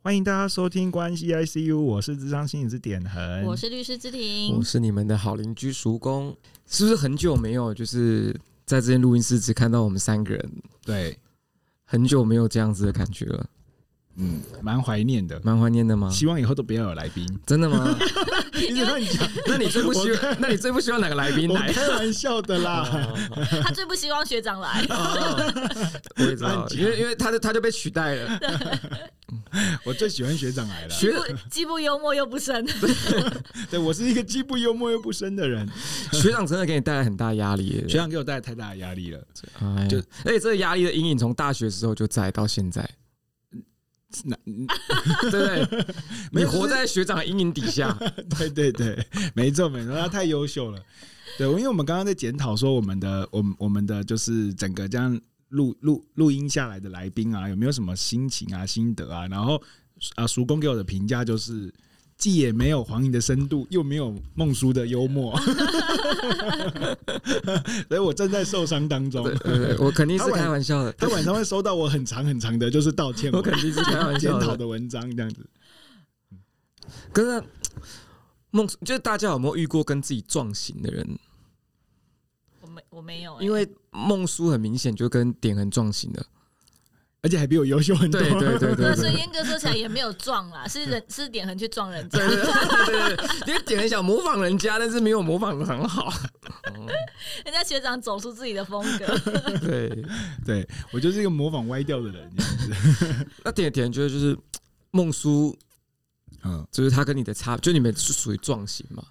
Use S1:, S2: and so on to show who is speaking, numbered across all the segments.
S1: 欢迎大家收听关系 ICU，我是智商心理师点恒，
S2: 我是律师之庭
S3: 我，是你们的好邻居叔公，是不是很久没有就是在这间录音室只看到我们三个人，
S1: 对，
S3: 很久没有这样子的感觉了，
S1: 嗯，蛮怀念的，
S3: 蛮怀念的吗？
S1: 希望以后都不要有来宾。
S3: 真 的吗？
S1: 一直乱讲，
S3: 那你最不希望，那你最不希望哪个来宾
S1: 我
S3: 来？
S1: 开玩笑的啦。
S3: 哦
S2: 他最不希望学长 来。
S3: 我也知道
S1: 乱，讲
S3: 因为因为他就他就被取代了。
S1: 我最喜欢学长来了，
S3: 学
S2: 不既不幽默又不深，
S1: 对我是一个既不幽默又不深的人。
S3: 学长真的给你带来很大压力耶，
S1: 学长给我带来太大的压力了，
S3: 哎呀
S1: 就
S3: 而且这个压力的阴影从大学时候就在到现在，
S1: 那
S3: 对不对？
S1: 嗯 没
S3: 你
S1: 有
S3: 活
S1: 就是
S3: 在学长的阴影底 下，
S1: 对对对，没错没错，他太优秀了。对，因为我们刚刚在检讨说我们的，我们我们的就是整个这样录录录音下来的来宾啊，有没有什么心情啊、心得啊？然后啊，叔公给我的评价就是，既也没有黄莹的深度，又没有孟叔的幽默， 所以我正在受伤当中
S3: 对。对对，我肯定
S1: 他
S3: 是
S1: 晚
S3: 开玩笑的，
S1: 他晚上会收到我很长很长的，就是道歉
S3: 我
S1: 文、
S3: 肯定是开玩
S1: 检
S3: 笑
S1: 讨
S3: 的。
S1: 的文章这样子。
S3: 可是梦，就是大家有没有遇过跟自己撞型的人？
S2: 我没我没有欸、
S3: 因为梦叔很明显就跟点很撞型的，
S1: 而且还比我优秀很多
S3: 对，对对对
S2: 那
S3: 对
S2: 所以
S3: 对。
S2: 严格说起来也没有撞啦，是人是点恒去撞人家
S3: 对。对对对对，因为点很想模仿人家，但是没有模仿的很好。
S2: 人家学长走出自己的风 格，
S3: 对，
S1: 对我就是一个模仿歪掉的人这样子。
S3: 那点点觉得就是梦叔，
S1: 嗯，
S3: 就是他跟你的差，就你们是属于撞型嘛？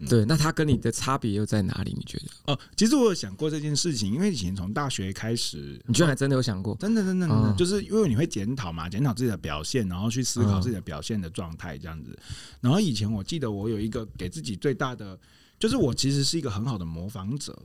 S1: 嗯
S3: 对，那他跟你的差别又在哪里？你觉得？
S1: 哦，其实我有想过这件事情，因为以前从大学开始，
S3: 你居然还真的有想过？
S1: 真的真的真的，
S3: 嗯
S1: 就是因为你会检讨嘛，检讨自己的表现，然后去思考自己的表现的状态这样子。然后以前我记得我有一个给自己最大的，就是我其实是一个很好的模仿者。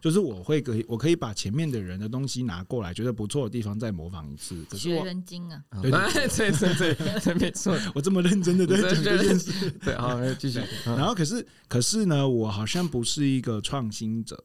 S1: 就是我会可以，我可以把前面的人的东西拿过来，觉得不错的地方再模仿一次。可是
S2: 学
S1: 我
S2: 人精啊！
S3: 啊
S1: 对对
S3: 对对对对，没错，
S1: 我这么认真的在讲这件事，
S3: 对，好，那继续。嗯
S1: 然后可是可是呢，我好像不是一个创新者，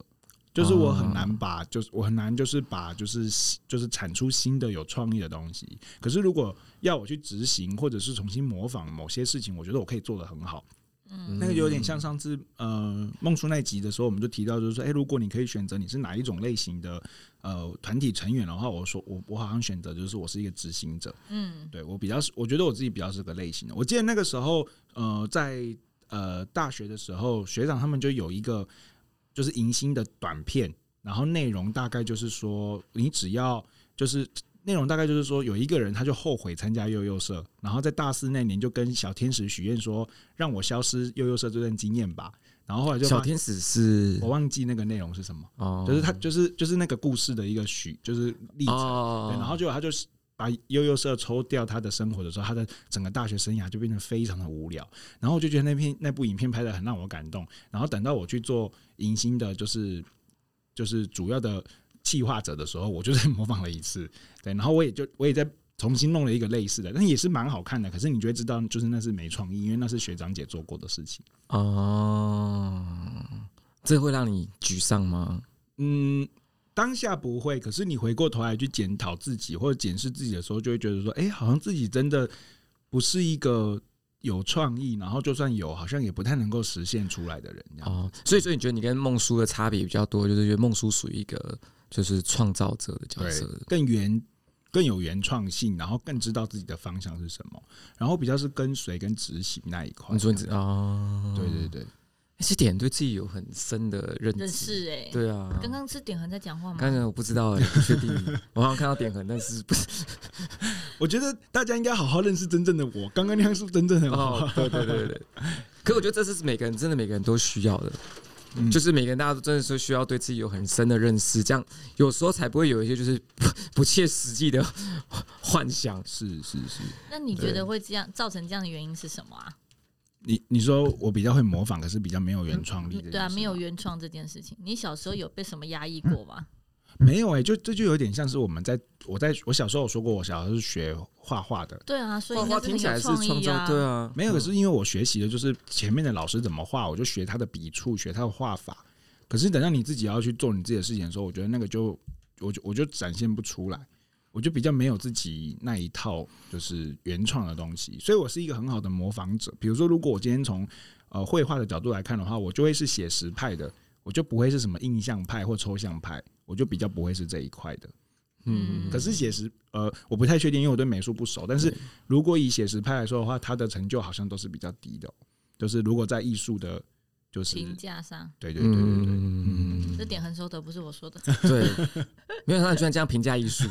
S1: 就是我很难把，就是我很难就是把就是新就是产出新的有创意的东西。可是如果要我去执行，或者是重新模仿某些事情，我觉得我可以做得很好。
S2: 嗯
S3: 嗯
S1: 那个有点像上次呃梦叔那集的时候，我们就提到，就是说，哎、如果你可以选择你是哪一种类型的呃团体成员的话，我说我我好像选择就是我是一个执行者，嗯，对我比较是，我觉得我自己比较是个类型的。我记得那个时候，呃，在呃大学的时候，学长他们就有一个就是迎新的短片，然后内容大概就是说，你只要就是。内容大概就是说，有一个人他就后悔参加幼幼社，然后在大四那年就跟小天使许愿说，让我消失幼幼社这段经验吧。然后后来就
S3: 小
S1: 发
S3: 天使是
S1: 我忘记那个内容是什么，
S3: 哦
S1: 就是他就是就是那个故事的一个许，就是历程。
S3: 哦
S1: 对，然后结果他就是把悠悠社抽掉他的生活的时候，他的整个大学生涯就变得非常的无聊。然后我就觉得那片那部影片拍的很让我感动。然后等到我去做迎新的，就是就是主要的企划者的时候，我就再模仿了一次。对，然后我也就我也在。重新弄了一个类似的，但也是蛮好看的。可是你就会知道，就是那是没创意，因为那是学长姐做过的事情。
S3: 哦，这会让你沮丧吗？
S1: 嗯，当下不会，可是你回过头来去检讨自己或者检视自己的时候，就会觉得说，哎、好像自己真的不是一个有创意，然后就算有，好像也不太能够实现出来的人。这样，
S3: 哦，所以所以你觉得你跟孟叔的差别比较多，就是觉得孟叔属于一个就是创造者的角色
S1: 对，更原更有原创性，然后更知道自己的方向是什么，然后比较是跟随跟执行那一块。
S3: 你说你啊，哦
S1: 对对对，
S3: 这点对自己有很深的认知，
S2: 人是哎、
S3: 对啊。
S2: 刚刚是点恒在讲话
S3: 刚
S2: 吗？
S3: 才我不知道、欸，不确 定。我好像看到点痕，但是不是
S1: 我觉得大家应该好好认识真正的我。刚刚那样是不是真正的我？
S3: 哦，对对对对。可我觉得这是每个人真的每个人都需要的，
S1: 嗯
S3: 就是每个人大家都真的是需要对自己有很深的认识，这样有时候才不会有一些就是不不切实际的幻想。
S1: 是是是，
S2: 那你觉得会这样造成这样的原因是什么啊？
S1: 你你说我比较会模仿，可是比较没有原创力
S2: 你
S1: 这件事。
S2: 对啊，没有原创这件事情，你小时候有被什么压抑过吗？
S3: 嗯
S1: 没有哎、就这就有点像是我们在我在我小时候有说过，我小时候是学画画的，
S2: 对啊，所以应该
S3: 画画
S2: 是很
S3: 听起来
S2: 有
S3: 是
S2: 创
S3: 创
S2: 意
S3: 造，
S2: 啊。
S3: 对啊，
S1: 没有，可是因为我学习的就是前面的老师怎么画，我就学他的笔触，学他的画法。可是等到你自己要去做你自己的事情的时候，我觉得那个就我就我就展现不出来。我就比较没有自己那一套就是原创的东西，所以我是一个很好的模仿者。比如说，如果我今天从呃绘画的角度来看的话，我就会是写实派的，我就不会是什么印象派或抽象派，我就比较不会是这一块的。
S3: 嗯，
S1: 可是写实，呃，我不太确定，因为我对美术不熟。但是如果以写实派来说的话，他的成就好像都是比较低的哦、就是如果在艺术的，就是
S2: 评价上，
S1: 对对对对对，
S3: 嗯，
S2: 这点很说的不是我说的，
S3: 对，没有想到你居然这样评价艺术，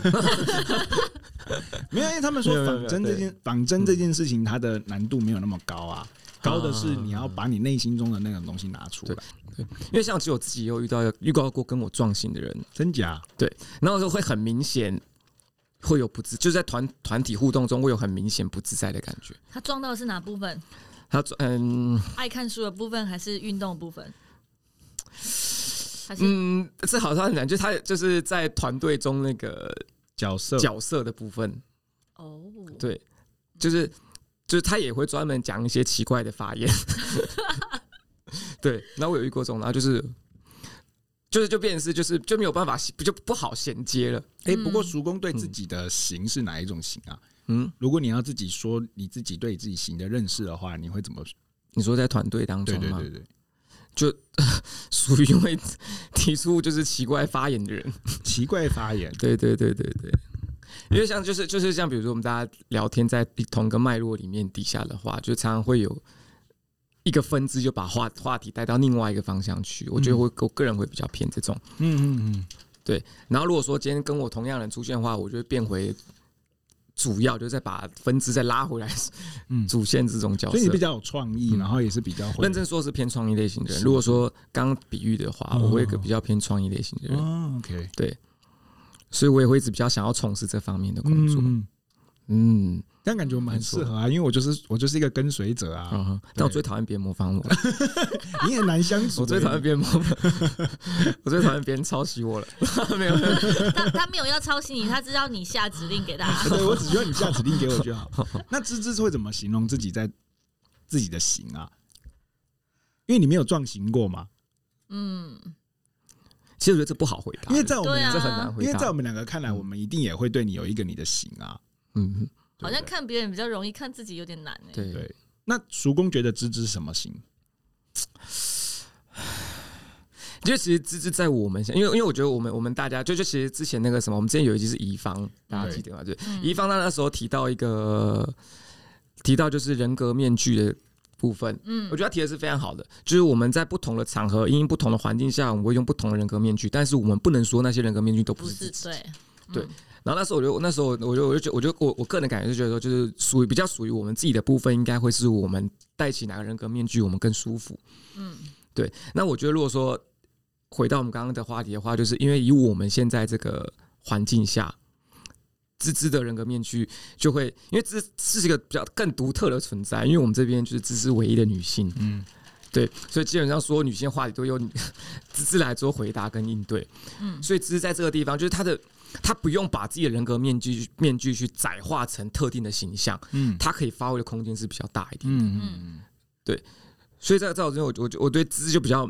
S1: 没有，因为他们说
S3: 没有没有没
S1: 仿
S3: 有嗯
S1: 真这件仿真这件事情，它的难度没有那么高啊，高的是你要把你内心中的那种东西拿出来，
S3: 因为像只有自己也有遇到遇到过跟我撞型的人，
S1: 真假？
S3: 然后就会很明显会有不自，就是在团团体互动中会有很明显不自在的感觉。
S2: 他撞到的是哪部分？
S3: 他说嗯
S2: 爱看书的部分还是运动的部分？还是
S3: 嗯，这好像很难，就是他就是在团队中那个
S1: 角色
S3: 角色的部分，
S1: 嗯
S2: 哦，
S3: 对，就是就是他也会专门讲一些奇怪的发言。 对，然后我有遇过这种，然后就是就是就变成是就是就没有办法就不好衔接了。
S1: 哎、不过叔公对自己的型是哪一种型啊？
S3: 嗯，
S1: 如果你要自己说你自己对自己型的认识的话，你会怎么？
S3: 你说在团队当中
S1: 对对
S3: 嘛，
S1: 对对，
S3: 属于会提出就是奇怪发言的人。
S1: 奇怪发言，
S3: 对对对对对，因为像就是就是像比如说我们大家聊天在同个脉络里面底下的话，就常常会有一个分支就把话话题带到另外一个方向去。我觉得
S1: 嗯
S3: 我我个人会比较偏这种。
S1: 嗯嗯嗯，
S3: 然后如果说今天跟我同样的人出现的话，我就会变回主要，就再把分支再拉回来，
S1: 嗯
S3: 主线这种角
S1: 所以你比
S3: 色。
S1: 较有创意，
S3: 哦嗯
S1: 然后也是比较会
S3: 认真说是偏创意类型的人。
S1: 是
S3: 如果说刚刚比喻的话，
S1: 哦
S3: 我会一个比较偏创意类型的人，
S1: 哦，OK，
S3: 所以我也会一直比较想要从事这方面的工
S1: 嗯
S3: 作。
S1: 嗯，
S3: 嗯，
S1: 但感觉我们很适合啊，因为我就是我就是一个跟随者啊，
S3: 嗯哼，但我最讨厌别人模 仿我，
S1: 你很难相处、 欸
S3: 我最讨厌别人模仿， 我最讨厌别人抄袭我了。 没有，没有
S2: 他他没有要抄袭你，他知道你下指令给他，
S1: 对我只需要你下指令给我就好。那芝芝会怎么形容自己在自己的型啊？因为你没有撞型过嘛，
S2: 嗯，
S3: 其实我觉得这不好回答，
S1: 因为在我们
S2: 对
S1: 两
S2: 啊
S1: 个、
S3: 这很难回
S1: 因
S3: 答。
S1: 为在我们两个看来，我们一定也会对你有一个你的型啊。
S3: 嗯哼，
S2: 好
S1: 对
S2: 像
S1: 不对
S2: 看别人比较容易，看自己有点难哎、
S3: 对
S1: 对那叔公觉得芝芝什么型？
S3: 因为其实芝芝在我们，因为因为我觉得我们我们大家就就其实之前那个什么，我们之前有一集是乙方，大家记得吗？对，
S2: 嗯
S3: 乙方他那时候提到一个提到就是人格面具的部分，
S2: 嗯
S3: 我觉得他提的是非常好的，就是我们在不同的场合，因不同的环境下，我们会用不同的人格面具，但是我们不能说那些人格面具都不
S2: 不
S3: 是自
S2: 是
S3: 己。
S2: 对，
S3: 对
S2: 嗯
S3: 然后那时候我就那时候我就我就觉我就我我个人感觉就觉得说，就是属于比较属于我们自己的部分，应该会是我们戴起哪个人格面具，我们更舒服。
S2: 嗯
S3: 对，那我觉得如果说回到我们刚刚的话题的话，就是因为以我们现在这个环境下，芝芝的人格面具就会，因为芝芝是一个比较更独特的存在，因为我们这边就是芝芝唯一的女性，
S1: 嗯，
S3: 对，所以基本上所有女性话题都由女芝芝来做回答跟应对，
S2: 嗯，
S3: 所以芝芝在这个地方就是她的。她不用把自己的人格面具面具去窄化成特定的形象，
S1: 嗯
S3: 她可以发挥的空间是比较大一点。
S1: 嗯
S2: 嗯
S3: 所以在在我这边，我我我对芝芝就比较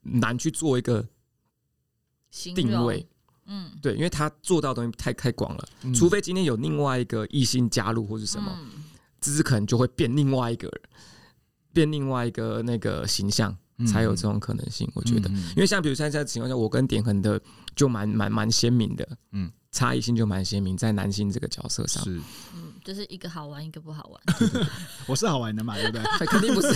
S3: 难去做一个
S2: 形容
S3: 定位，，
S2: 嗯，
S3: 对，因为他做到的东西太太广了，
S1: 嗯
S3: 除非今天有另外一个异性加入或是什么，
S2: 嗯？
S3: 芝芝可能就会变另外一个人，变另外一个那个形象，
S1: 嗯
S3: 才有这种可能性。我觉得，因为像比如像现在情况下，我跟点恒的就蛮蛮蛮鲜明的，
S1: 嗯
S3: 嗯，差异性就蛮鲜明，在男性这个角色上，
S1: 是
S2: 嗯，就是一个好玩，一个不好玩。
S1: 我是好玩的嘛，对不对？
S3: 哎肯定不是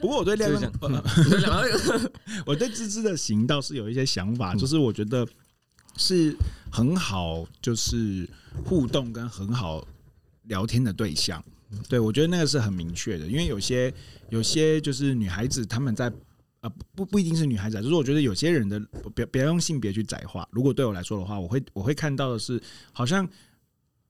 S1: 不过我对亮
S3: 就是
S1: 亮
S3: 这样。对然后
S1: 我对芝芝的型倒是有一些想法，
S3: 嗯
S1: 就是我觉得是很好，就是互动跟很好聊天的对象。对我觉得那个是很明确的，因为有些有些就是女孩子，她们在呃不不不一定是女孩子啊，就是我觉得有些人的不要不要用性别去窄化。如果对我来说的话，我会我会看到的是，好像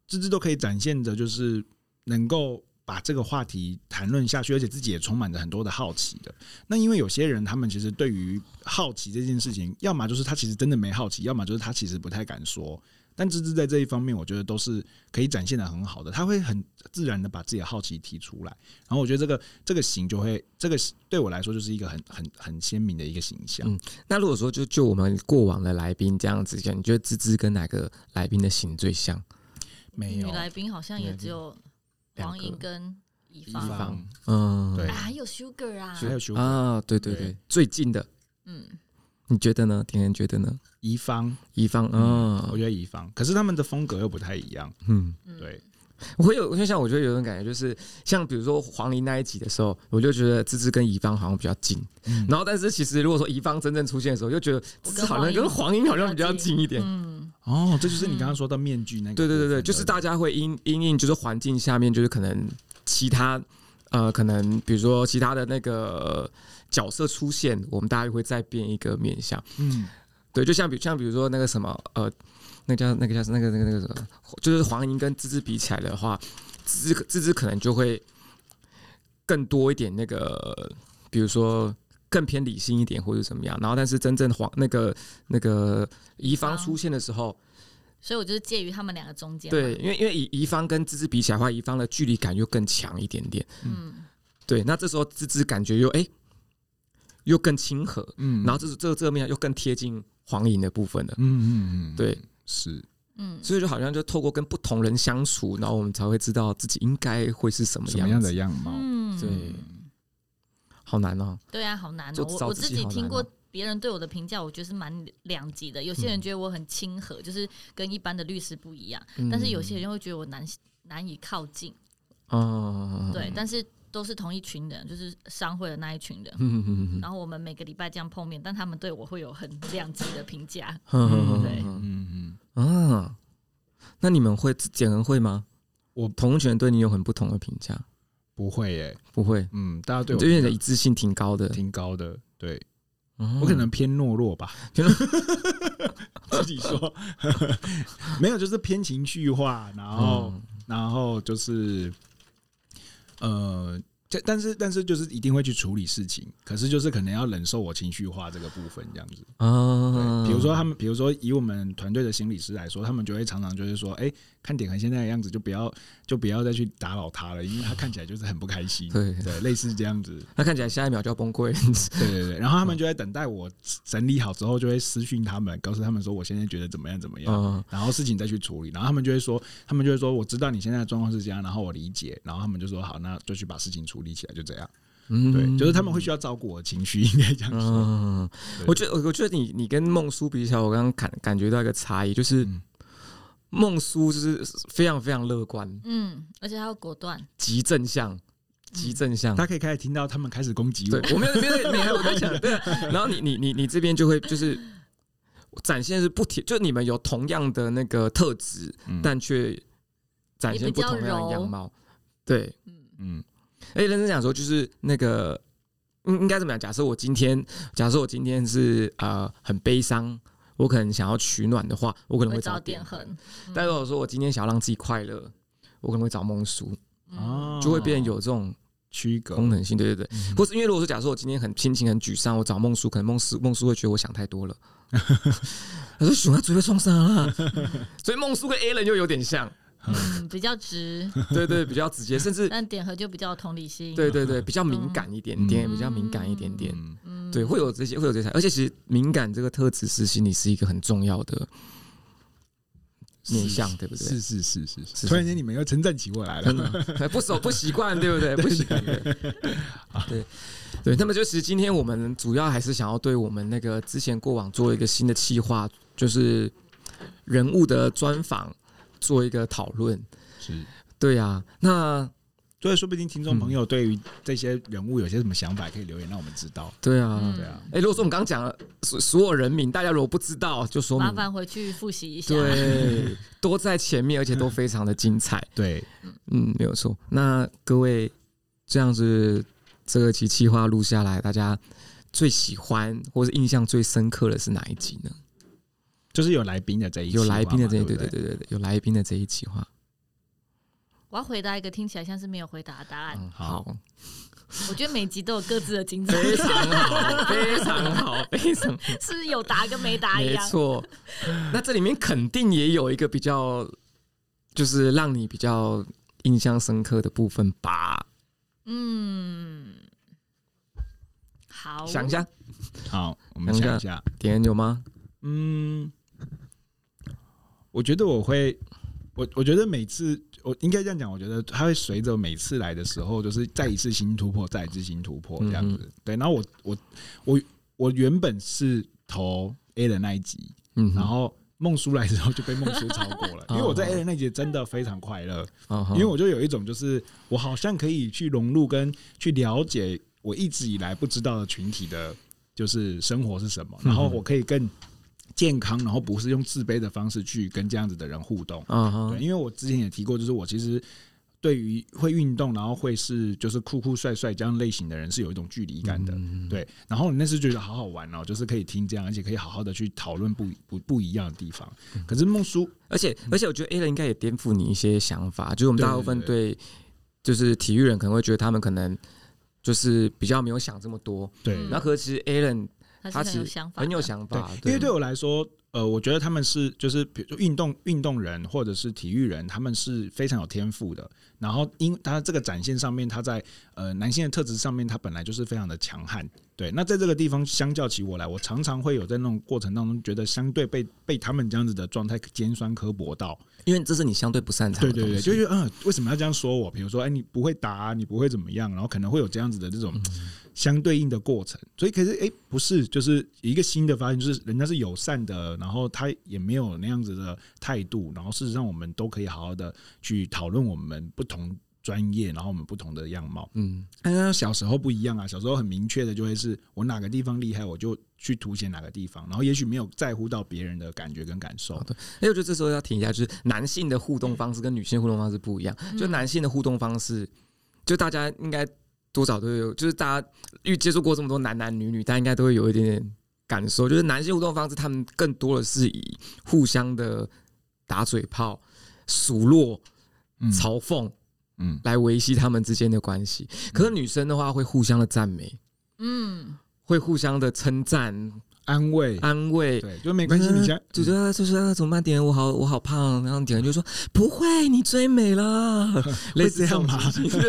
S1: 芝芝都可以展现着，就是能够把这个话题谈论下去，而且自己也充满着很多的好奇的。那因为有些人他们其实对于好奇这件事情，要么就是他其实真的没好奇，要么就是他其实不太敢说。但芝芝在这一方面，我觉得都是可以展现的很好的，他会很自然的把自己的好奇提出来，然后我觉得这个这个型就会，这个对我来说就是一个很很很鲜明的一个形象。
S3: 嗯那如果说就就我们过往的来宾这样子讲，你觉得芝芝跟哪个来宾的型最像？
S1: 没
S2: 女
S1: 有
S2: 来宾好像也只有
S3: 两
S2: 黄
S3: 个
S2: 颖跟乙
S1: 一
S2: 方
S3: 方
S1: 方，
S3: 嗯，
S1: 对
S2: 啊，还有 Sugar 啊，
S1: 还有修
S3: 啊，对对对
S1: 对，
S3: 最近的
S2: 嗯，
S3: 你觉得呢？甜甜觉得呢？
S1: 一方，
S3: 乙方，
S1: 嗯，我
S3: 嗯
S1: 觉得乙方，可是他们的风格又不太一样，
S3: 嗯，
S2: 嗯
S1: 对，
S3: 我会有，就像我觉得有种感觉，就是像比如说黄龄那一集的时候，我就觉得芝芝跟乙方好像比较近，
S1: 嗯
S3: 然后但是其实如果说乙方真正出现的时候，又觉得芝芝好像跟
S2: 我跟
S3: 黄
S2: 黄
S3: 龄
S2: 龄
S3: 好像比较近一点。
S2: 嗯，
S1: 哦，这就是你刚刚说到面具那个部
S3: 对
S1: 分，
S3: 对对对，就是大家会因因应就是环境下面就是可能其他呃可能比如说其他的那个角色出现，我们大家会再变一个面相。
S1: 嗯，
S3: 对，就像比像比如说那个什么呃，那叫那个叫那个那个那个什么，就是黄莹跟芝芝比起来的话，芝芝芝芝可能就会更多一点那个，比如说更偏理性一点或者怎么样。然后，但是真正黄那个那个怡芳
S2: 芳
S3: 出现的时候，
S2: 所以我就是介于他们两个中间，，
S3: 对，因为因为怡怡芳跟芝芝比起来的话，怡芳的距离感又更强一点点。
S2: 嗯，
S3: 对，那这时候芝芝感觉又哎、又更亲和，
S1: 嗯
S3: 然后这是这这面又更贴近黄莹的部分了。
S1: 嗯嗯嗯，
S3: 对，，
S1: 是，
S2: 嗯，
S3: 所以就好像就透过跟不同人相处，然后我们才会知道自己应该会是什么
S1: 什
S3: 样
S1: 么
S3: 子。
S1: 样的样
S3: 哦
S1: 貌？
S2: 嗯，
S3: 对好难哦、
S2: 对啊，好难
S3: 就
S2: 哦。
S3: 找
S2: 我我
S3: 自己
S2: 自己
S3: 好
S2: 听
S3: 难
S2: 过
S3: 哦
S2: 别人对我的评价，我觉得是蛮两极的。有些人觉得我很亲和，就是跟一般的律师不一样，
S3: 嗯
S2: 但是有些人会觉得我难难以靠近。
S3: 哦，
S2: 对，但是都是同一群人，就是商会的那一群人。
S3: 嗯，嗯嗯
S2: 然后我们每个礼拜这样碰面，但他们对我会有很两极的评价。
S3: 嗯，
S2: 对
S1: 嗯嗯，
S3: 嗯，啊，那你们会简恩会吗？
S1: 我
S3: 同学对你有很不同的评价，
S1: 不会耶，
S3: 不会，
S1: 嗯，大家对
S3: 对
S1: 我
S3: 因为你的一致性挺高的，
S1: 挺高的，对
S3: 嗯
S1: 我可能偏懦弱吧，
S3: 偏
S1: 自己说， 没有，就是偏情绪化，然后
S3: 嗯
S1: 然后就是，呃。这但是但是就是一定会去处理事情，可是就是可能要忍受我情绪化这个部分这样子。
S3: 啊，
S1: 对，比如说他们，比如说以我们团队的心理师来说，他们就会常常就是说，哎、看点恒现在的样子，就不要就不要再去打扰他了，因为他看起来就是很不开 心，
S3: 对
S1: 对，类似这样 子，
S3: 他看起来下一秒就要崩溃，
S1: 对对对。然后他们就在等待我整理好之后，就会私讯他们，告诉他们说我现在觉得怎么样怎么样，
S3: 嗯
S1: 然后事情再去处理。然后他们就会说，他们就会说，我知道你现在的状况是这样，然后我理解。然后他们就说好，那就去把事情处理起来，就这样。
S3: 嗯，
S1: 对，就是他们会需要照顾我的情绪，应该这样说。
S3: 嗯，
S1: 对
S3: 我觉得，我觉得你你跟孟叔比起来，我刚刚感感觉到一个差异，就是
S1: 嗯
S3: 孟叔就是非常非常乐观，
S2: 嗯，而且还有果断，嗯
S3: 极正向，极正向。
S1: 嗯他可以开始听到他们开始攻击
S3: 对
S1: 我，，
S3: 我没有没有没有，我在讲对啊。然后你 你你你这边就会就是展现是不贴，就你们有同样的那个特质，
S1: 嗯
S3: 但却展现不同样的样貌。对，
S2: 嗯
S1: 嗯
S3: 而且认真讲说，就是那个应应该怎么样？假设我今天，假设我今天是呃很悲伤，我可能想要取暖的话，我可能
S2: 会
S3: 找
S2: 找点嗯
S3: 痕。
S2: 痕，
S3: 但如果说我今天想要让自己快乐，我可能会找梦叔，
S2: 嗯，
S1: 哦
S3: 就会变有这种
S1: 区隔。
S3: 功能性。对对对，
S1: 嗯
S3: 或是因为如果说假设我今天很心情很沮丧，我找梦叔，可能梦叔梦叔会觉得我想太多了。他说：“熊他只会创伤啊，所以梦叔跟 a l a n 又有点像，
S2: 嗯比较 直，
S3: 对对，比较直接，甚至
S2: 但点和就比较有同理心。
S3: 对对对，比较敏感一点点，
S1: 嗯
S3: 比较敏感一点点。
S1: 嗯
S2: 嗯，
S3: 对，会有这些，会有这些，而且其实敏感这个特质是心理是一个很重要的面向，对不对？
S1: 是是是是
S3: 是
S1: 是。突然间你们又称赞起我来
S3: 真
S1: 了，
S3: 的嗯不熟不习惯，对不对？不习惯，对对对。那么就是今天我们主要还是想要对我们那个之前过往做一个新的企划，就是人物的专访做一个讨论。
S1: 是。
S3: 对呀、啊，那
S1: 所以说不定听众朋友对于这些人物有些什么想法，可以留言让我们知道。
S3: 对啊，
S2: 嗯
S1: 对啊，
S3: 哎、如果说我们刚刚讲了所所有人名，大家如果不知道，就说
S2: 麻
S3: 明
S2: 烦回去复习一下。
S3: 对，都在前面，而且都非常的精彩。
S1: 对，
S3: 嗯，没有错。那各位这样子这个期计划录下来，大家最喜欢或是印象最深刻的是哪一集呢？
S1: 就是有来宾的这一期
S3: 有来宾的这一
S1: 嘛
S3: 对
S1: 对
S3: 对
S1: 不对，
S3: 对对对，有来宾的这一企划。
S2: 我要回答一个听起来像是没有回答的答案。
S3: 嗯嗯，好，
S2: 我觉得每集都有各自的精彩，
S3: 非常好，非常好，非常好
S2: 是不是有答跟没答一
S3: 没
S2: 样。
S3: 错。那这里面肯定也有一个比较，就是让你比较印象深刻的部分吧。
S2: 嗯，好，
S3: 想一下，
S1: 好，我们
S3: 等一下
S1: 想一下，
S3: 点有吗？
S1: 嗯，我觉得我会，我我觉得每次我应该这样讲，我觉得它会随着每次来的时候，就是再一次新突破，再一次新突破这样子。
S3: 嗯
S1: 对，然后我我我我原本是投 A 的那一集，
S3: 嗯哼，嗯
S1: 然后孟叔来之后就被孟叔超过了，因为我在 A 的那一集真的非常快乐，
S3: 哦，
S1: 因为我就有一种就是我好像可以去融入跟去了解我一直以来不知道的群体的，就是生活是什么，然后我可以更健康，然后不是用自卑的方式去跟这样子的人互动。
S3: 啊哈
S1: 对，，因为我之前也提过，就是我其实对于会运动，然后会是就是酷酷帅帅这样类型的人是有一种距离感的。对，然后你那次觉得好好玩哦，就是可以听这样，而且可以好好的去讨论不不不一样的地方。可是孟叔，
S3: 而且而且我觉得 A 人应该也颠覆你一些想法，就是我
S1: 嗯
S3: 们
S1: 对
S3: 大部分对就是体育人可能会觉得他们可能就是比较没有想这么多，
S1: 对，
S2: 嗯
S3: 那可是其实 A 人
S2: 他
S3: 他
S2: 是很有
S3: 是
S2: 想法的，
S3: 很有想法，
S1: 对，因为对我来说，呃，我觉得他们是就是比如说运动运动人或者是体育人，他们是非常有天赋的。然后因他这个展现上面，他在呃男性的特质上面，他本来就是非常的强悍。对，那在这个地方相较起我来，我常常会有在那种过程当中，觉得相对被被他们这样子的状态尖酸刻薄到。
S3: 因为这是你相对不擅长
S1: 对
S3: 的
S1: 对
S3: 东西，
S1: 对，就是嗯，为什么要这样说我？比如说，哎，你不会打、你不会怎么样，然后可能会有这样子的这种相对应的过程。所以，可是哎，不是，就是一个新的发现，就是人家是友善的，然后他也没有那样子的态度，然后事实上我们都可以好好的去讨论我们不同专业，然后我们不同的样貌。
S3: 嗯，
S1: 但是小时候不一样啊，小时候很明确的就会是我哪个地方厉害，我就去凸显哪个地方，然后也许没有在乎到别人的感觉跟感受。
S3: 哎，我觉得这时候要提一下，就是男性的互动方式跟女性的互动方式不一样。就男性的互动方式，就大家应该多少都有，就是大家遇接触过这么多男男女女，大家应该都会有一点点感受，就是男性互动方式，他们更多的是以互相的打嘴炮、数落、
S1: 嗯
S3: 嘲讽
S1: 嗯，
S3: 来维系他们之间的关系。可是女生的话，会互相的赞美，
S2: 嗯，
S3: 会互相的称赞、
S1: 安慰。
S3: 安慰。
S1: 对，嗯就没关系，你先
S3: 就觉得就是啊，怎么办？点我好，我好胖。然后点就说不会，你追美了， 类似种
S1: 会
S3: 情形 对，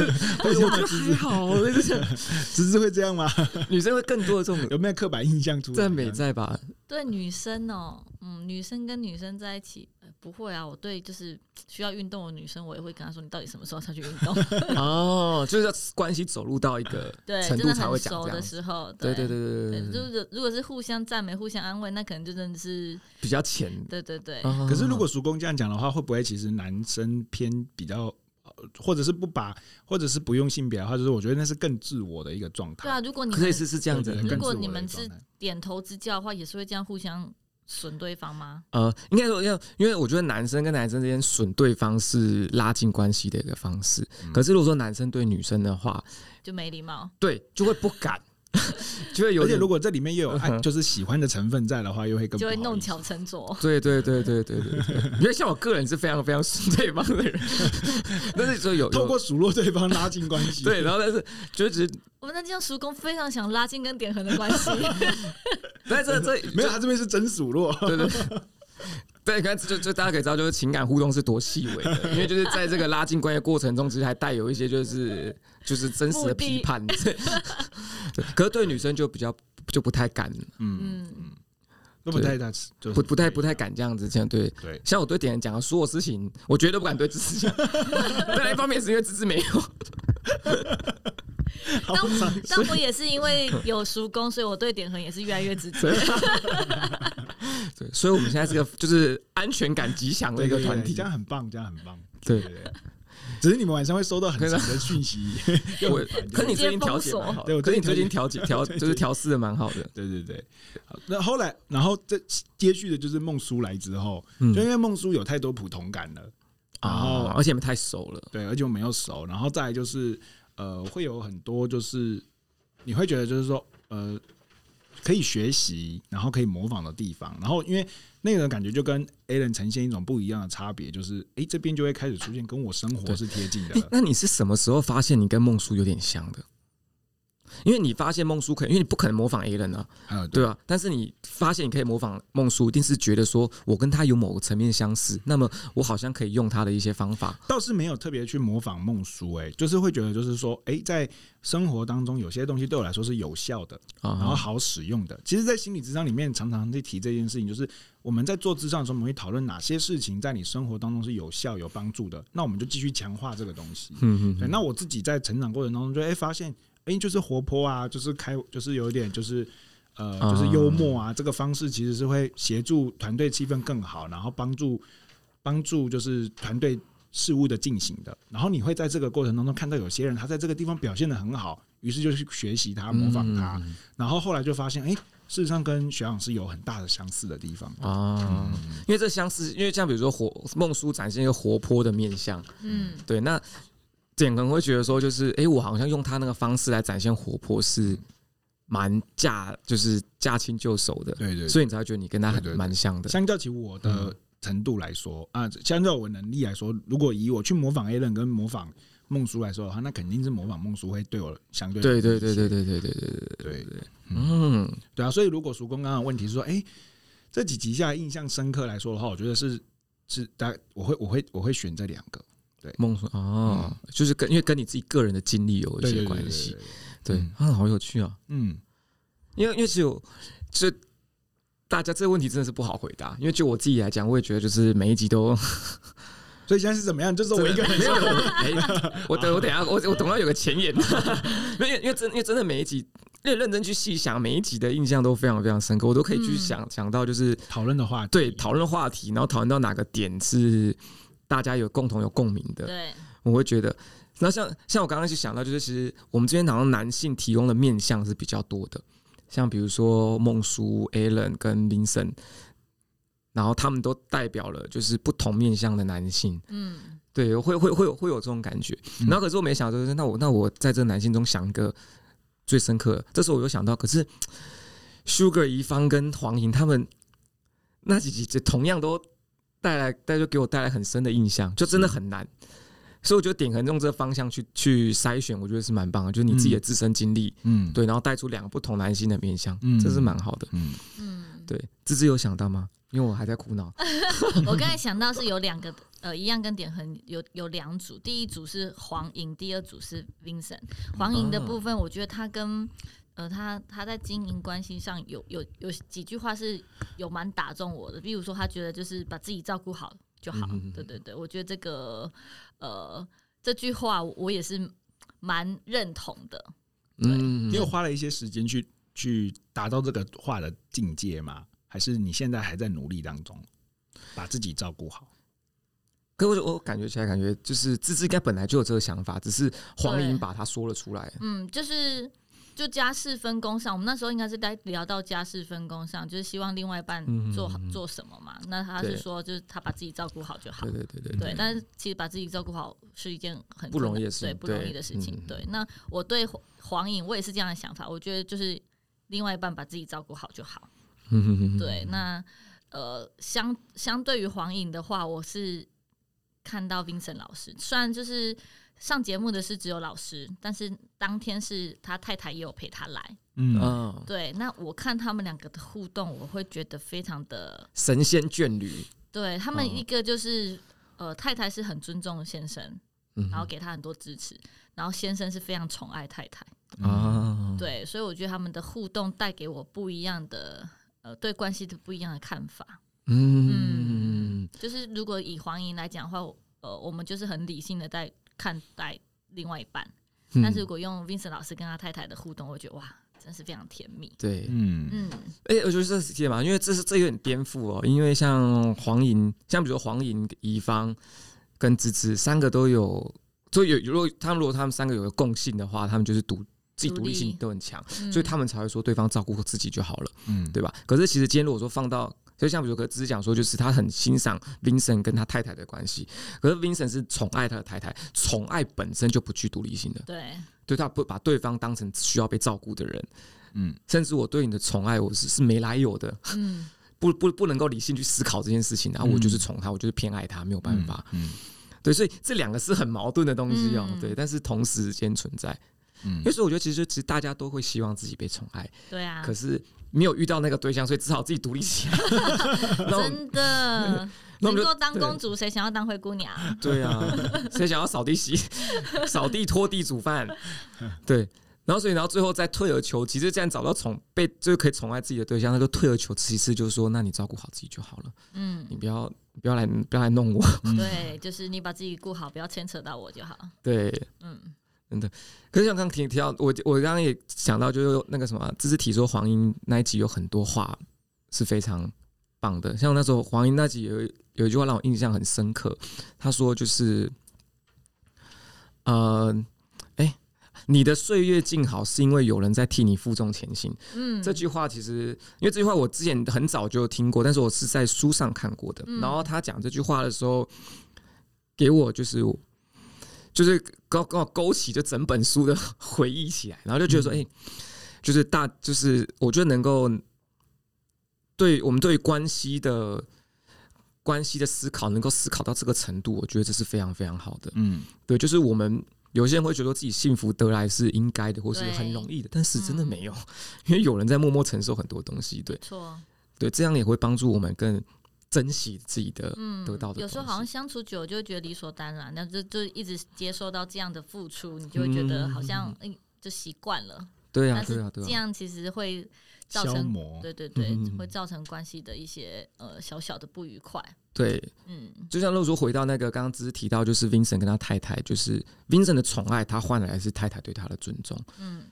S3: 我觉得还好，类 似这样
S1: 只是会这样吗？
S3: 女生会更多的这种
S1: 有没有刻板印象出来？
S3: 赞美 在吧？
S2: 对女生哦，嗯，女生跟女生在一起，呃不会啊，我对就是需要运动的女生，我也会跟她说，你到底什么时候才去运动？
S3: 哦，就是要关系走入到一个
S2: 对，
S3: 程
S2: 真
S3: 度
S2: 的
S3: 才会
S2: 很
S3: 讲
S2: 熟
S3: 这
S2: 的
S3: 样。
S2: 时候，
S3: 对对
S2: 对
S3: 对嗯对
S2: 对，如
S3: 对，
S2: 果如果是互相赞美、互相安慰，那可能就真的是，
S3: 比较浅。
S2: 对对对，
S3: 可
S1: 可是如果叔公这样讲的话，会不会其实男生偏比较，呃或者是不把，或者是不用性别的话，就是我觉得那是更自我的一个状
S2: 对啊，
S1: 态。
S2: 如果你
S3: 可是
S2: 们
S3: 也是是这样子
S1: 对，对对
S2: 如
S1: 更
S2: 果
S1: 自我的
S2: 你
S1: 一
S2: 们
S1: 个
S2: 是
S1: 状态
S2: 点头之交的话，也是会这样互相损对方吗？
S3: 呃，应该说要，因为我觉得男生跟男生之间损对方是拉近关系的一个方式。
S1: 嗯
S3: 可是如果说男生对女生的话，
S2: 就没礼貌，
S3: 对，就会不敢， 就会有
S1: 而且
S3: 点嗯
S1: 如果这里面又有爱，就是喜欢的成分在的话，又会更
S2: 就会
S1: 不好
S2: 弄
S1: 意思
S2: 巧成拙。
S3: 对对对对对对对，因为像我个人是非常非常顺对方的人， 但是说有
S1: 透
S3: 有
S1: 过数落对方拉近关系。
S3: 对，然后但是就只是，
S2: 我们那这样，叔公非常想拉近跟点恒的关 系，
S3: 但是这这
S1: 没有，他这边是真数 落。
S3: 对对对。对，看就就大家可以知道，就是情感互动是多细 微的，因为就是在这个拉近关系的过程中，其实还带有一些就是就是真实的批判。对，可 是对女生就比较就不太敢，
S1: 嗯，
S2: 嗯，
S1: 都不太大，就是
S3: 不不太不太敢这样子，这样对。
S1: 对。
S3: 像我对点人讲的所有事情，我绝对不敢对芝 芝讲。当然，一方面是因为芝芝没有，
S1: 好
S2: 但
S1: 惨
S2: 但我也是因为有叔公，所以我对点恒也是越来越直 接。
S3: 对，所以我们现在是个就是安全感极强的
S1: 对
S3: 一个
S1: 对对
S3: 团体
S1: 这。样很棒，这样很棒。
S3: 对
S1: 对对，只是你们晚上会收到很长的讯 息，又
S3: 我
S1: 很烦
S3: 可你最近调节蛮好的，
S1: 对我
S3: 可
S1: 最
S3: 你
S1: 近
S3: 最近 调节调就是调试的蛮好的。
S1: 对对对，好那后来，然后这接续的就是孟叔来之后，
S3: 嗯
S1: 就因为孟叔有太多普通感了，然后
S3: 啊，而且你们太熟了，
S1: 对，而且我们又熟，然后再来就是呃，会有很多就是你会觉得就是说呃，可以学习，然后可以模仿的地方，然后因为那个感觉就跟 A 人呈现一种不一样的差别，就是诶这边就会开始出现跟我生活是贴近的
S3: 诶
S1: 了。
S3: 那你是什么时候发现你跟孟叔有点像的？因为你发现孟叔可以，因为你不可能模仿 A 人啊，
S1: 还有
S3: 对吧、但是你发现你可以模仿孟叔，一定是觉得说我跟他有某个层面相似，那么我好像可以用他的一些方法。
S1: 倒是没有特别去模仿孟叔，哎，就是会觉得就是说，哎、在生活当中有些东西对我来说是有效的，然后
S3: 啊，
S1: 好使用的。其实，在心理智商里面，常常去提这件事情，就是我们在做智商的时候，我们会讨论哪些事情在你生活当中是有效、有帮助的，那我们就继续强化这个东西。
S3: 嗯嗯
S1: 对，
S3: 嗯，
S1: 那我自己在成长过程当中就，哎发现，哎、就是活泼啊，就是开，就是有一点就是。呃，
S3: 啊
S1: 就是幽默啊，这个方式其实是会协助团队气氛更好，然后帮助帮助就是团队事务的进行的。然后你会在这个过程当中看到有些人他在这个地方表现的很好，于是就去学习他、模仿他，
S3: 嗯
S1: 然后后来就发现，哎、事实上跟学长是有很大的相似的地方。
S3: 啊，因为这相似，因为像比如说活孟叔展现一个活泼的面相，
S2: 嗯，
S3: 对，那点可能会觉得说，就是诶，我好像用他那个方式来展现活泼是蛮驾，就是驾轻就熟的，
S1: 对对
S3: 所以你才会觉得你跟他很
S1: 对对对
S3: 蛮像的。
S1: 相较起我
S3: 嗯
S1: 的程度来说、啊，相较我能力来说，如果以我去模仿 a l n 跟模仿孟叔来说的话，那肯定是模仿孟叔会对我相对
S3: 对对对对
S1: 对
S3: 对对对对对，
S1: 对
S3: 嗯，
S1: 对啊！所以如果叔公刚刚的问题是说，哎、这几集下来印象深刻来说的话，我觉得是是大概我会我会我会选这两个，
S3: 梦说哦，就是跟因为跟你自己个人的经历有一
S1: 对
S3: 些
S1: 对对
S3: 关
S1: 对
S3: 系
S1: 对，对对
S3: 对
S1: 嗯，
S3: 啊，好有趣啊！
S1: 嗯，
S3: 因为因为只有这大家这个问题真的是不好回答，因为就我自己来讲，我也觉得就是每一集都
S1: 所以现在是怎么样？就是我一个人
S3: 没有，没有哎我等我等一下，我我总要有个前言， 没有，因为因为真因为真的每一集，因为认真去细想，每一集的印象都非常非常深刻，我都可以去
S2: 嗯
S3: 想想到就是
S1: 讨论的话题，
S3: 对讨论话题，然后讨论到哪个点是大家有共同有共鸣的，
S2: 对，
S3: 我会觉得。那像像我刚刚去想到，就是其实我们这边好像男性提供的面向是比较多的，像比如说孟叔、Alan 跟 Vincent，然后他们都代表了就是不同面向的男性。
S2: 嗯，
S3: 对，会会会有会有这种感觉。
S1: 嗯
S3: 然后可是我没想到，就是那我那我在这男性中想一个最深刻的，这时候我又想到，可是 Sugar 怡芳跟黄莹他们那几集就同样都带来，带就给我带来很深的印象，就
S1: 嗯
S3: 真的很难。所以我觉得点恒用这个方向去去筛选，我觉得是蛮棒的，就是你自己的自身经历，
S1: 嗯，
S3: 对，然后带出两个不同男性的面相，
S1: 嗯
S3: 这是蛮好的。
S1: 嗯，
S2: 嗯，
S3: 对，芝芝有想到吗？因为我还在苦恼。
S2: 我刚才想到是有两个，呃，一样跟点很有有两组，第一组是黄莹，第二组是 Vincent。黄莹的部分，我觉得他跟呃，他他在经营关系上有有有几句话是有蛮打中我的，比如说他觉得就是把自己照顾好就好，
S3: 嗯嗯嗯
S2: 对对对，我觉得这个呃这句话我也是蛮认同的，
S3: 嗯，
S1: 你有花了一些时间去去达到这个话的境界吗？还是你现在还在努力当中，把自己照顾好？
S3: 可我我感觉起来，感觉就是芝芝应该本来就有这个想法，只是黄莹把它说了出来。
S2: 嗯，就是就家事分工上，我们那时候应该是在聊到家事分工上，就是希望另外一半
S3: 嗯
S2: 做好、
S3: 嗯嗯
S2: 做什么嘛。那他
S3: 对
S2: 是说，就是他把自己照顾好就好
S3: 对。对对对
S2: 对，但是其实把自己照顾好是一件很
S3: 不
S2: 困
S3: 容易
S2: 难
S3: 的事
S2: 对
S3: 情
S2: 不容
S3: 对
S2: 易的事情。
S3: 嗯嗯
S2: 对，那我对黄黄颖我也是这样的想法，我觉得就是另外一半把自己照顾好就好。
S3: 嗯哼哼哼
S2: 对，那呃，相相对于黄颖的话，我是看到 Vincent 老师，虽然就是上节目的是只有老师，但是当天是他太太也有陪他来。
S1: 嗯，
S3: 嗯，
S2: 对，那我看他们两个的互动，我会觉得非常的，
S3: 神仙眷侣，
S2: 对他
S3: 嗯
S2: 们一个就是。呃，太太是很尊重先生，
S3: 嗯
S2: 然后给他很多支持，然后先生是非常宠爱太太，
S3: 啊，
S2: 对，所以我觉得他们的互动带给我不一样的，呃，对关系的不一样的看法。
S3: 嗯，
S2: 就是如果以黄莹来讲的话，我呃，我们就是很理性的在看待另外一半。但是如
S3: 嗯
S2: 果用 Vincent 老师跟他太太的互动，我觉得哇，真是非常甜蜜。
S3: 对，
S1: 嗯
S2: 嗯，
S3: 哎，我觉得这是解嘛，因为这是这有点颠覆哦，因为像黄莹，像比如说黄莹、怡芳跟芝芝三个都有，就有如果他们如果他们三个有个共性的话，他们就是独自己独立性都很强，所以他
S2: 们
S3: 们才会说对方照顾自己就好了。
S1: 嗯，
S3: 对吧？可是其实今天如果说放到，就像比如说，只是讲说，就是他很欣赏 Vincent 跟他太太的关系，可是 Vincent 是宠爱他的太太，宠爱本身就不具独立性的，
S2: 对，
S3: 对他不把对方当成需要被照顾的人，
S1: 嗯
S3: 甚至我对你的宠爱，我是是没来由的，
S2: 嗯，
S3: 不不不能够理性去思考这件事情，然后我就是宠他，我就是偏爱他，没有办法，
S1: 嗯，
S3: 对，所以这两个是很矛盾的东西哦，
S2: 嗯
S3: 对，但是同时间存在，
S1: 嗯
S3: 因为所以我觉得其实其实大家都会希望自己被宠爱，
S2: 对啊
S3: 可，是没有遇到那个对象，所以只好自己独立 起来。那我们
S2: 真的
S3: 那
S2: 能
S3: 我们就
S2: 够当公主，谁想要当灰姑娘？
S3: 对啊，谁想要扫地洗、扫地、拖地、煮饭？对，然后所以然后最后再退而求其次，这样找到宠被就是可以宠爱自己的对象，那就退而求其次，就是说，那你照顾好自己就好了，
S2: 嗯
S3: 你，不要你不要来不要来弄我。
S2: 对，就是你把自己顾好，不要牵扯到我就好。
S3: 对，
S2: 嗯，
S3: 可是像刚提提到，我我刚刚也想到，就是那个什么，这次提说黄英那一集有很多话是非常棒的，像那时候黄英那集有一有一句话让我印象很深刻，他说就是，呃，哎、你的岁月静好是因为有人在替你负重前行。
S2: 嗯，
S3: 这句话其实，因为这句话我之前很早就听过，但是我是在书上看过的。
S2: 嗯
S3: 然后他讲这句话的时候，给我就是就是勾跟我勾起就整本书的回忆起来，然后就觉得说，
S2: 嗯
S3: 哎、就是大就是我觉得能够对我们对于关系的关系的思考，能够思考到这个程度，我觉得这是非常非常好的。
S1: 嗯，
S3: 对，就是我们有些人会觉得说自己幸福得来是应该的，或是很
S2: 对
S3: 容易的，但是真的
S2: 嗯
S3: 没有，因为有人在默默承受很多东西。对
S2: 没错，
S3: 对，这样也会帮助我们更珍惜自己的。
S2: 嗯，
S3: 得到的
S2: 有时候
S3: 东
S2: 好像
S3: 西
S2: 相处久，就会觉得理所当然，那就就一直接受到这样的付出，你就会觉得好像嗯、就习惯了。
S3: 对啊
S2: 但，
S3: 对
S2: 是
S3: 啊，对
S2: 这
S3: 啊，
S2: 样其实会造
S1: 消
S2: 成，
S1: 磨，
S2: 对对对
S3: 嗯嗯嗯，
S2: 会造成关系的一些呃小小的不愉快。
S3: 对。
S2: 嗯
S3: 就像露说回到那个刚刚只是提到，就是 Vincent 跟他太太，就是 Vincent 的宠爱，他换来的是太太对他的尊重。
S2: 嗯，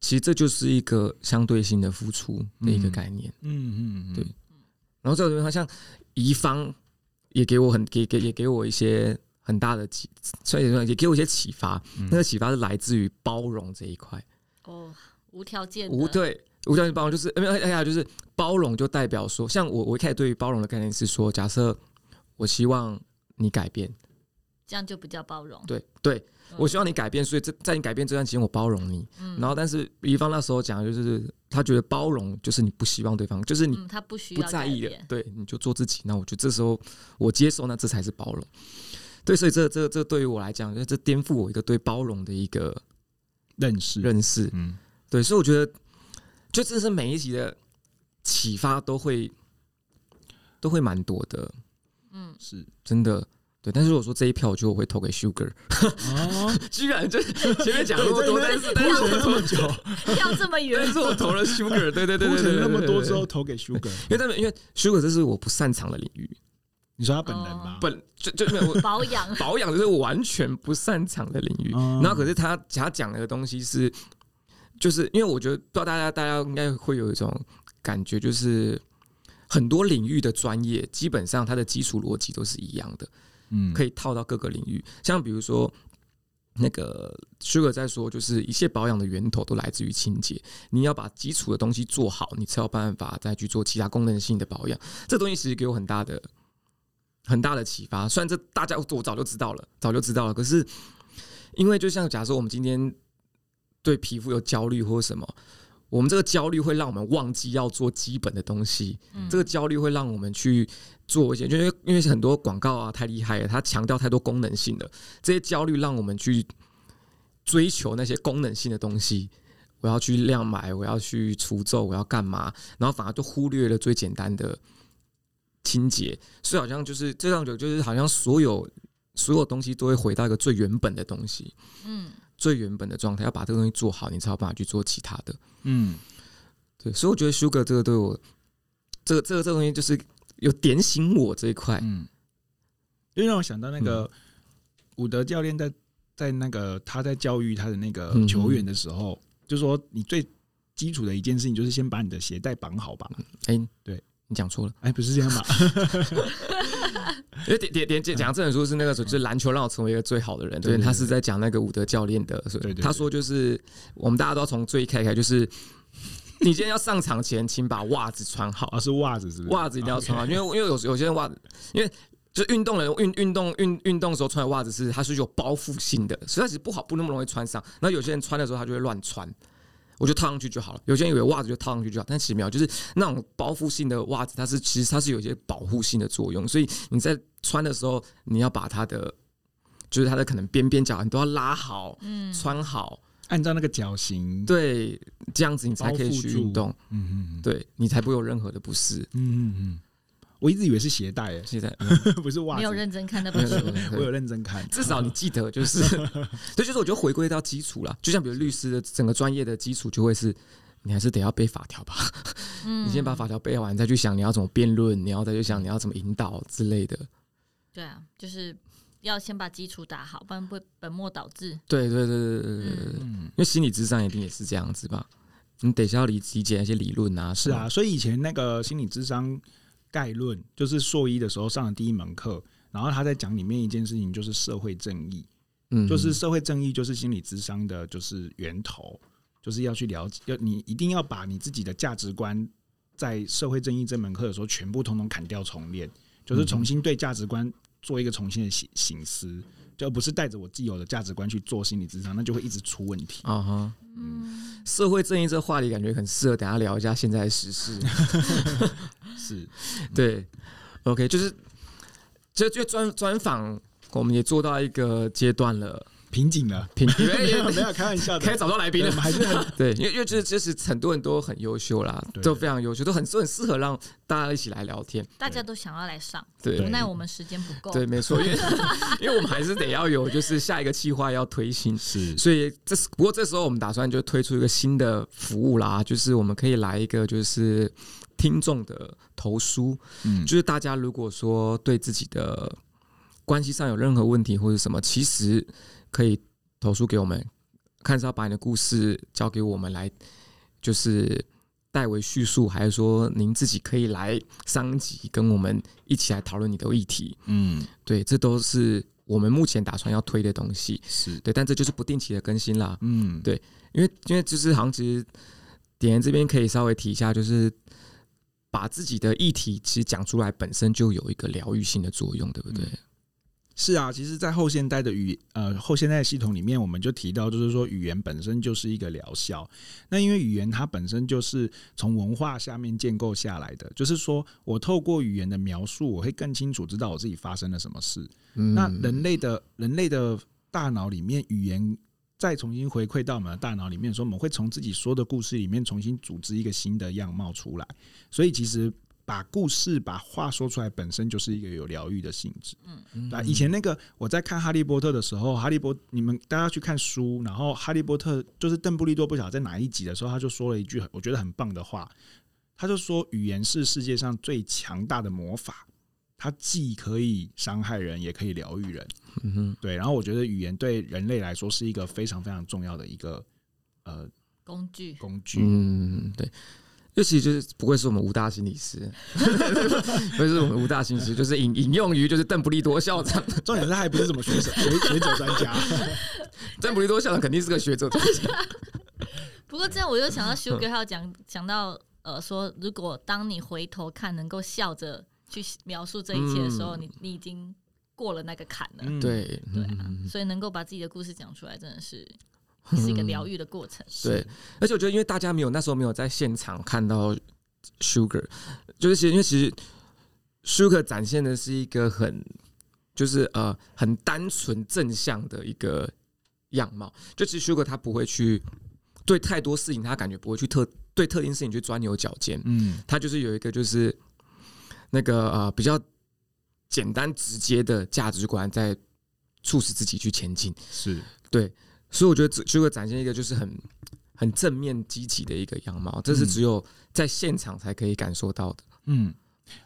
S3: 其实这就是一个相对性的付出的一个
S1: 嗯
S3: 概念。
S1: 嗯嗯嗯，
S3: 对然后这个地方像乙方也给我很给给也给我一些很大的启，所以说也给我一些启发。
S1: 嗯
S3: 那个启发是来自于包容这一块，
S2: 哦，无条件的，
S3: 无对无条件包容就是呃没有哎呀，就是包容就代表说，像我我一开始对于包容的概念是说，假设我希望你改变，
S2: 这样就比较包容。
S3: 对对，
S2: 嗯
S3: 我希望你改变，所以这在你改变这段期间我包容你。
S2: 嗯，
S3: 然后但是乙方那时候讲的就是他觉得包容就是你不希望对方，就是你
S2: 嗯，他不需
S3: 不
S2: 要
S3: 在意
S2: 改
S3: 的
S2: 变，
S3: 对，你就做自己。那我觉得这时候我接受，那这才是包容。对，所以这这这对于我来讲，这颠覆我一个对包容的一个
S1: 认识，
S3: 认识。
S1: 嗯，
S3: 对，所以我觉得，就这是每一集的启发都会都会蛮多的，
S2: 嗯，
S1: 是
S3: 真的。对，但是如果说这一票，我觉得我会投给 Sugar。
S1: 哦，
S3: 居然就是前面讲那么多，但是但是我投久，
S2: 跳这么远
S3: 但，是我投了 Sugar。对对对
S1: 铺
S3: 对
S1: 陈
S3: 对，
S1: 那么多之后
S3: 对，
S1: 投给 Sugar，
S3: 对对因为他们因为 Sugar 这是我不擅长的领域，
S1: 你说他本人吗？
S3: 本就就没有 我
S2: 保养，
S3: 保养就是我完全不擅长的领域。
S1: 嗯
S3: 然后可是他他讲的东西是，就是因为我觉得不知道大家大家应该会有一种感觉，就是很多领域的专业基本上它的基础逻辑都是一样的，
S1: 嗯
S3: 可
S1: 以，
S3: 以套到各个领域。像比如说。那个 Sugar 在说，就是一切保养的源头都来自于清洁。你要把基础的东西做好，你才有办法再去做其他功能性的保养。这东西其实给我很大的、很大的启发。虽然这大家我早就知道了，早就知道了，可是因为就像假设我们今天对皮肤有焦虑或者什么，我们这个焦虑会让我们忘记要做基本的东西。
S2: 嗯
S3: 这个焦虑会让我们去做一些，就因为因为很多广告啊太厉害了，它强调太多功能性了，这些焦虑让我们去追求那些功能性的东西。我要去量买，我要去除皱，我要干嘛？然后反而就忽略了最简单的清洁，所以好像就是这样，就就是好像所有所有东西都会回到一个最原本的东西，
S2: 嗯，
S3: 最原本的状态，要把这个东西做好，你才有办法去做其他的。
S1: 嗯，
S3: 对，所以我觉得 Sugar 这个对我，这个这个这个东西就是有点醒我这一块。
S1: 嗯，因为让我想到那
S3: 嗯
S1: 个伍德教练在在那个他在教育他的那个
S3: 嗯
S1: 球员的时候，就说你最基础的一件事情就是先把你的鞋带绑好吧。
S3: 哎、
S1: 对
S3: 你讲错了，
S1: 哎，不是这样吧？
S3: 因为点点点讲这本书是那个时候，就是篮球让我成为一个最好的人。
S1: 对
S3: 对，
S1: 对
S3: 他是在讲那个伍德教练的，所以
S1: 对对对
S3: 他说就是我们大家都要从最一开始，就是你今天要上场前，请把袜子穿好
S1: 哦，。是袜子是不是？
S3: 袜子一定要穿好，啊因
S1: OK
S3: 为因为有有些人袜子，因为就运动人运运动运运动的时候穿的袜子是它是有包覆性的，所以它其实不好不那么容易穿上。那有些人穿的时候他就会乱穿，我就套上去就好了。有些人以为袜子就套上去就好，但其实没有，就是那种包覆性的袜子，它是其实它是有一些保护性的作用，所以你在穿的时候你要把它的。就是它的可能边边角你都要拉好，
S2: 嗯
S3: 穿好，
S1: 按照那个脚型，，
S3: 对，这样子你才可以
S1: 包
S3: 去
S1: 覆住
S3: 运动，
S1: 嗯嗯嗯，
S3: 对你才不会有任何的不适。
S1: 嗯嗯嗯，我一直以为是鞋带， 哎，
S3: 现在
S1: 不是袜子，
S2: 没有认真看那
S3: 没
S2: 本
S3: 有
S2: 书
S3: 没有。没有
S1: 我有认真看，
S3: 至少你记得，就是， 对，就是我觉得回归到基础啦，就像比如律师的整个专业的基础就会是，你还是得要背法条吧，
S2: 嗯，
S3: 你先把法条背完，再去想你要怎么辩论，你要再去想你要怎么引导之类的。
S2: 对啊，就是要先把基础打好，不然会本末倒置。
S3: 对对对对对对对对，
S1: 嗯，
S3: 因为心理智商一定也是这样子吧，你得是要理理解那些理论啊，
S1: 是啊，，所以以前那个心理智商概论，就是硕一的时候上的第一门课，然后他在讲里面一件事情，就是社会正义，
S3: 嗯，
S1: 就是社会正义就是心理智商的就是源头，就是要去了解，要你一定要把你自己的价值观在社会正义这门课的时候全部通通砍掉重练，就是重新对价值观做一个重新的醒醒思，就而不是带着我既有的价值观去做心理智商，那就会一直出问题。
S3: 啊哈，
S2: 嗯，
S3: 社会正义这话题感觉很适合等一下聊一下现在的时 事。
S1: 是，
S3: 对，OK，就是就就专专访，我们也做到一个阶段了，
S1: 瓶颈了，
S3: 平
S1: 没有 没有开玩笑
S3: 开始
S1: 的，
S3: 找到来宾
S1: 对我们。
S3: 了
S1: 还是很
S3: 对，因为因为就是就是很多人都很优秀啦，
S1: 对
S3: 都非常优秀，都很都很适合让大家一起来聊天。
S2: 大家都想要来上，
S3: 对
S2: 无奈我们时间不够。
S3: 对，没错，因 为因为我们还是得要有就是下一个计划要推行，
S1: 是
S3: 所以这是不过这时候我们打算就推出一个新的服务啦，就是我们可以来一个就是听众的投书，
S1: 嗯
S3: 就是大家如果说对自己的关系上有任何问题或者什么，其实可以投诉给我们，看是要把你的故事交给我们来，就是代为叙述，还是说您自己可以来上集跟我们一起来讨论你的议题？
S1: 嗯
S3: 对，这都是我们目前打算要推的东西。
S1: 是
S3: 对，但这就是不定期的更新啦。
S1: 嗯
S3: 对因为因为就是好像其实点言这边可以稍微提一下，就是把自己的议题其实讲出来，本身就有一个疗愈性的作用，对不对？
S1: 是啊，其实，在后现代的语呃后现代的系统里面，我们就提到，就是说语言本身就是一个疗效。那因为语言它本身就是从文化下面建构下来的，就是说我透过语言的描述，我会更清楚知道我自己发生了什么事。
S3: 嗯
S1: 那人类的人类的大脑里面，语言再重新回馈到我们的大脑里面的时候，说我们会从自己说的故事里面重新组织一个新的样貌出来。所以其实把故事、把话说出来，本身就是一个有疗愈的性质。
S3: 嗯
S1: 啊，以前那个我在看《哈利波特》的时候，哈利波你们大家去看书，然后哈利波特就是邓布利多不晓得在哪一集的时候，他就说了一句很我觉得很棒的话，他就说语言是世界上最强大的魔法，它既可以伤害人，也可以疗愈人。
S3: 嗯哼
S1: 对，然后我觉得语言对人类来说是一个非常非常重要的一个呃
S2: 工具
S1: 工具。
S3: 嗯对。尤其就是不愧是我们吴大心理 师，不是我们吴大心理师，就是引引用于就是邓布利多校 长，
S1: 重点是他还不是什么学者学 学者专 家，
S3: 邓布利多校长肯定是个学者，
S2: 不过这样，我又想到 Sugar 还有讲 讲到呃，说如果当你回头看，能够笑着去描述这一切的时候，
S3: 嗯
S2: 你你已经过了那个坎了。
S1: 嗯，
S3: 对
S2: 对啊，所以能够把自己的故事讲出来，真的是是一个疗
S3: 愈。
S2: 愈的过程。
S3: 对，而且我觉得，因为大家没有那时候没有在现场看到 Sugar，就是其实因为其实 Sugar 展现的是一个很就是呃很单纯正向的一个样貌。就其实 Sugar 他不会去对太多事情，他感觉不会去特对特定事情去钻牛角尖，
S1: 嗯
S3: 他就是有一个就是那个呃比较简单直接的价值观在促使自己去前进。
S1: 是
S3: 所以我觉得只就会展现一个就是很很正面积极的一个样貌，这是只有在现场才可以感受到的。
S1: 嗯，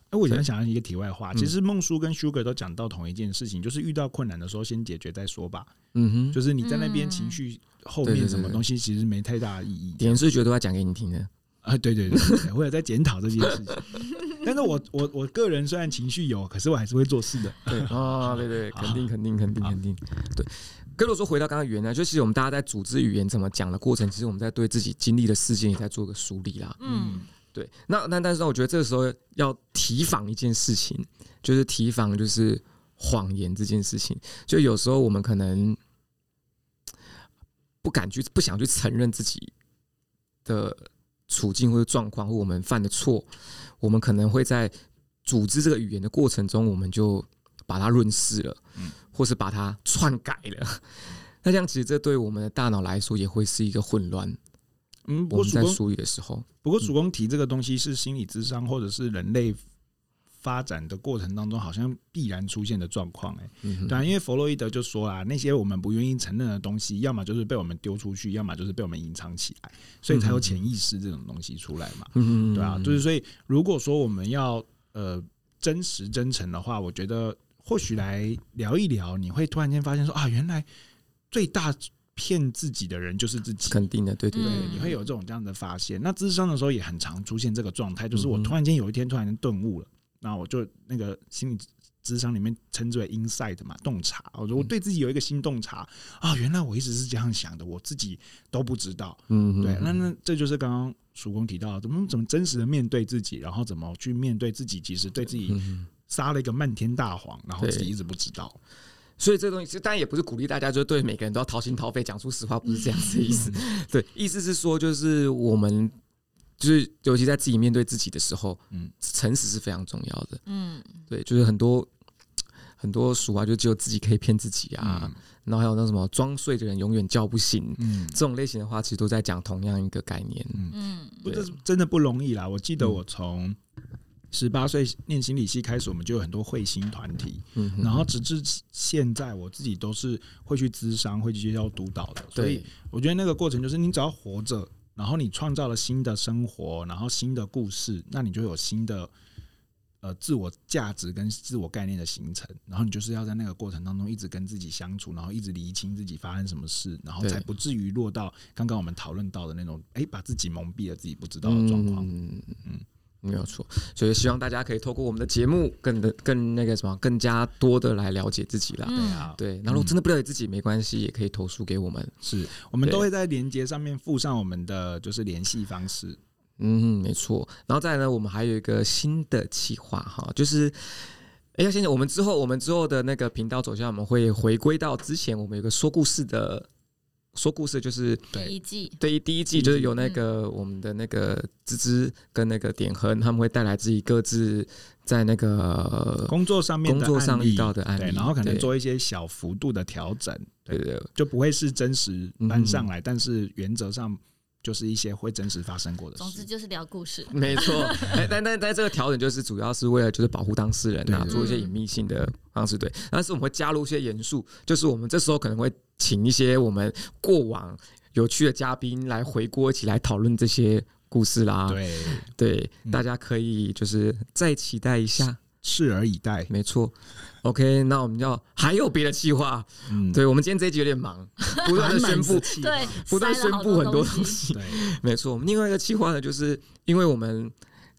S1: 哎，我想
S3: 对
S1: 想到一个题外话，
S3: 嗯
S1: 其实孟叔跟 Sugar 都讲到同一件事情，就是遇到困难的时候先解决再说吧。
S3: 嗯哼，
S1: 就是是你在那边
S2: 嗯
S1: 情绪后
S3: 对对
S1: 面
S3: 对
S1: 什么
S3: 对
S1: 东西，其实没太大的意义
S3: 点是觉得都要讲给你听的。
S1: 啊。对对对对，对我有在检讨这件事情。但是我我我个人虽然情绪有，可是我还是会做事的。
S3: 对啊，对对，
S1: 好
S3: 肯定肯定肯定
S1: 好
S3: 肯定。对，跟我说回到刚刚语言呢，就是我们大家在组织语言怎么讲的过程，其实我们在对自己经历的事件也在做个梳理啦。
S2: 嗯，
S3: 对，那那但是我觉得这个时候要提防一件事情，就是提防就是谎言这件事情。就有时候我们可能不敢去，不想去承认自己的处境或者状况，或我们犯的错，我们可能会在组织这个语言的过程中，我们就把它润饰了，
S1: 嗯
S3: 或是把它篡改了。 那这样其实这对我们的大脑来说也会是一个混乱。
S1: 嗯，不
S3: 我
S1: 过曙
S3: 们嗯在
S1: 光，
S3: 梳理的时候，
S1: 不过曙光提这个东西是心理智商或者是人类发展的过程当中好像必然出现的状况、欸，
S3: 嗯哼
S1: 对啊，因为弗洛伊德就说啦，那些我们不愿意承认的东西，要么就是被我们丢出去，要么就是被我们隐藏起来，所以才有潜意识这种东西出来嘛。
S3: 嗯哼
S1: 对啊，就是所以如果说我们要呃真实真诚的话，我觉得或许来聊一聊，你会突然间发现说啊，原来最大骗自己的人就是自己。
S3: 肯定的，对对
S1: 对
S3: 对，，
S1: 你会有这种这样的发现。那智商的时候也很常出现这个状态，就是我
S3: 嗯哼
S1: 突然间有一天突然间顿悟了，那我就那个心理智商里面称之为 insight 嘛，洞察。我
S3: 嗯
S1: 说我对自己有一个新洞察啊，原来我一直是这样想的，我自己都不知道。
S3: 嗯哼，
S1: 对，那那这就是刚刚曙光提到的，怎么怎么真实的面对自己，然后怎么去面对自己，其实对自己
S3: 嗯哼
S1: 撒了一个漫天大谎，然后
S3: 对
S1: 自己一直不知道。
S3: 所以这个东西，当然也不是鼓励大家就对每个人都要掏心掏肺讲出实话，不是这样子的意思。 对，意思是说，就是我们就是尤其在自己面对自己的时候，
S1: 嗯
S3: 嗯，诚实是非常重要的。
S2: 嗯，
S3: 对，就是很多很多俗啊，就只有自己可以骗自己啊。然后还有那什么装睡的人永远叫不醒，
S1: 嗯，
S3: 这种类型的话，其实都在讲同样一个概念。
S2: 嗯
S1: 不，这是真的不容易啦。我记得
S3: 嗯
S1: 我从十八岁念心理系开始，我们就有很多会心团体，
S3: 嗯哼，
S1: 然后直至现在，我自己都是会去咨商，会去接受督导的。所以
S3: 对，
S1: 我觉得那个过程就是，你只要活着，然后你创造了新的生活，然后新的故事，那你就有新的。呃，自我价值跟自我概念的形成，然后你就是要在那个过程当中一直跟自己相处，然后一直厘清自己发生什么事，然后
S3: 对
S1: 才不至于落到刚刚我们讨论到的那种，哎、把自己蒙蔽了自己不知道的状况。
S3: 嗯
S1: 嗯
S3: 嗯，没有错。所以希望大家可以透过我们的节目，更的更那个什么，更加多的来了解自己啦。
S1: 对
S2: 嗯，
S1: 啊，
S3: 对，然后如果真的不了解自己，没关系，也可以投诉给我们。
S1: 是我们
S3: 对
S1: 都会在连接上面附上我们的就是联系方式。
S3: 嗯，没错。然后再来呢，我们还有一个新的企划哈，就是。哎，要先讲我们之后，我们之后的那个频道走向，我们会回归到之前我们有个说故事的，说故事就是
S1: 对
S2: 第一季，
S3: 对于第一季就是由那个我们的那个芝芝跟那个点恒，他们会带来自己各自在那个
S1: 工作上面的
S3: 工作上
S1: 案例
S3: 遇到的案例
S1: 对，然后可能
S3: 对
S1: 做一些小幅度的调整，
S3: 对对对
S1: 就不会是真实搬上来，但是原则上就是一些会真实发生过的
S2: 总之
S1: 事。
S2: 就是聊故事，
S3: 没错，哎但但但这个调整就是主要是为了就是保护当事人啊，
S1: 对
S3: 做一些隐秘性的方式对，但是我们会加入一些元素，就是我们这时候可能会请一些我们过往有趣的嘉宾来回锅，一起来讨论这些故事
S2: 啊
S3: 啦。
S1: 对，
S3: 对
S1: 嗯
S3: 大家可以就是再期待一下，
S1: 拭而以待。
S3: 没错。OK，那我们要还有别的计划，
S1: 嗯，
S3: 对我们今天这一集有点忙，不断的宣布，
S2: 对，
S3: 不断
S2: 塞
S3: 宣
S2: 了好
S3: 布很
S2: 东
S3: 多
S2: 西，
S3: 东西。
S1: 对，
S3: 没错，我们另外一个计划呢，就是因为我们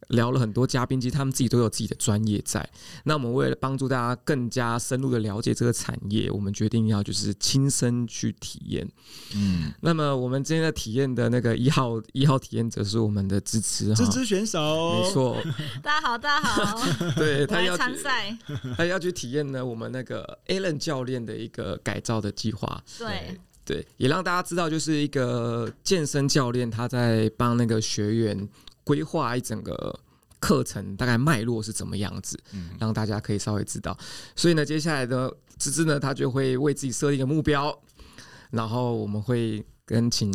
S3: 聊了很多嘉宾，其实他们自己都有自己的专业在。那我们为了帮助大家更加深入的了解这个产业，我们决定要就是亲身去体验。
S1: 嗯，
S3: 那么我们今天的体验的那个一号一号体验者是我们的支持哈
S1: 这，支选手，
S3: 没错，
S2: 大家好，大家好，
S3: 对
S2: 我
S3: 他
S2: 来
S3: 要
S2: 参
S3: 去
S2: 赛，
S3: 他要去体验呢我们那个 Alan 教练的一个改造的计划。
S2: 对，
S3: 对，也让大家知道，就是一个健身教练他在帮那个学员规划一整个课程大概脉络是怎么样子，
S1: 嗯，
S3: 让大家可以稍微知道。所以呢，接下来的芝芝呢，他就会为自己设定一个目标，然后我们会跟请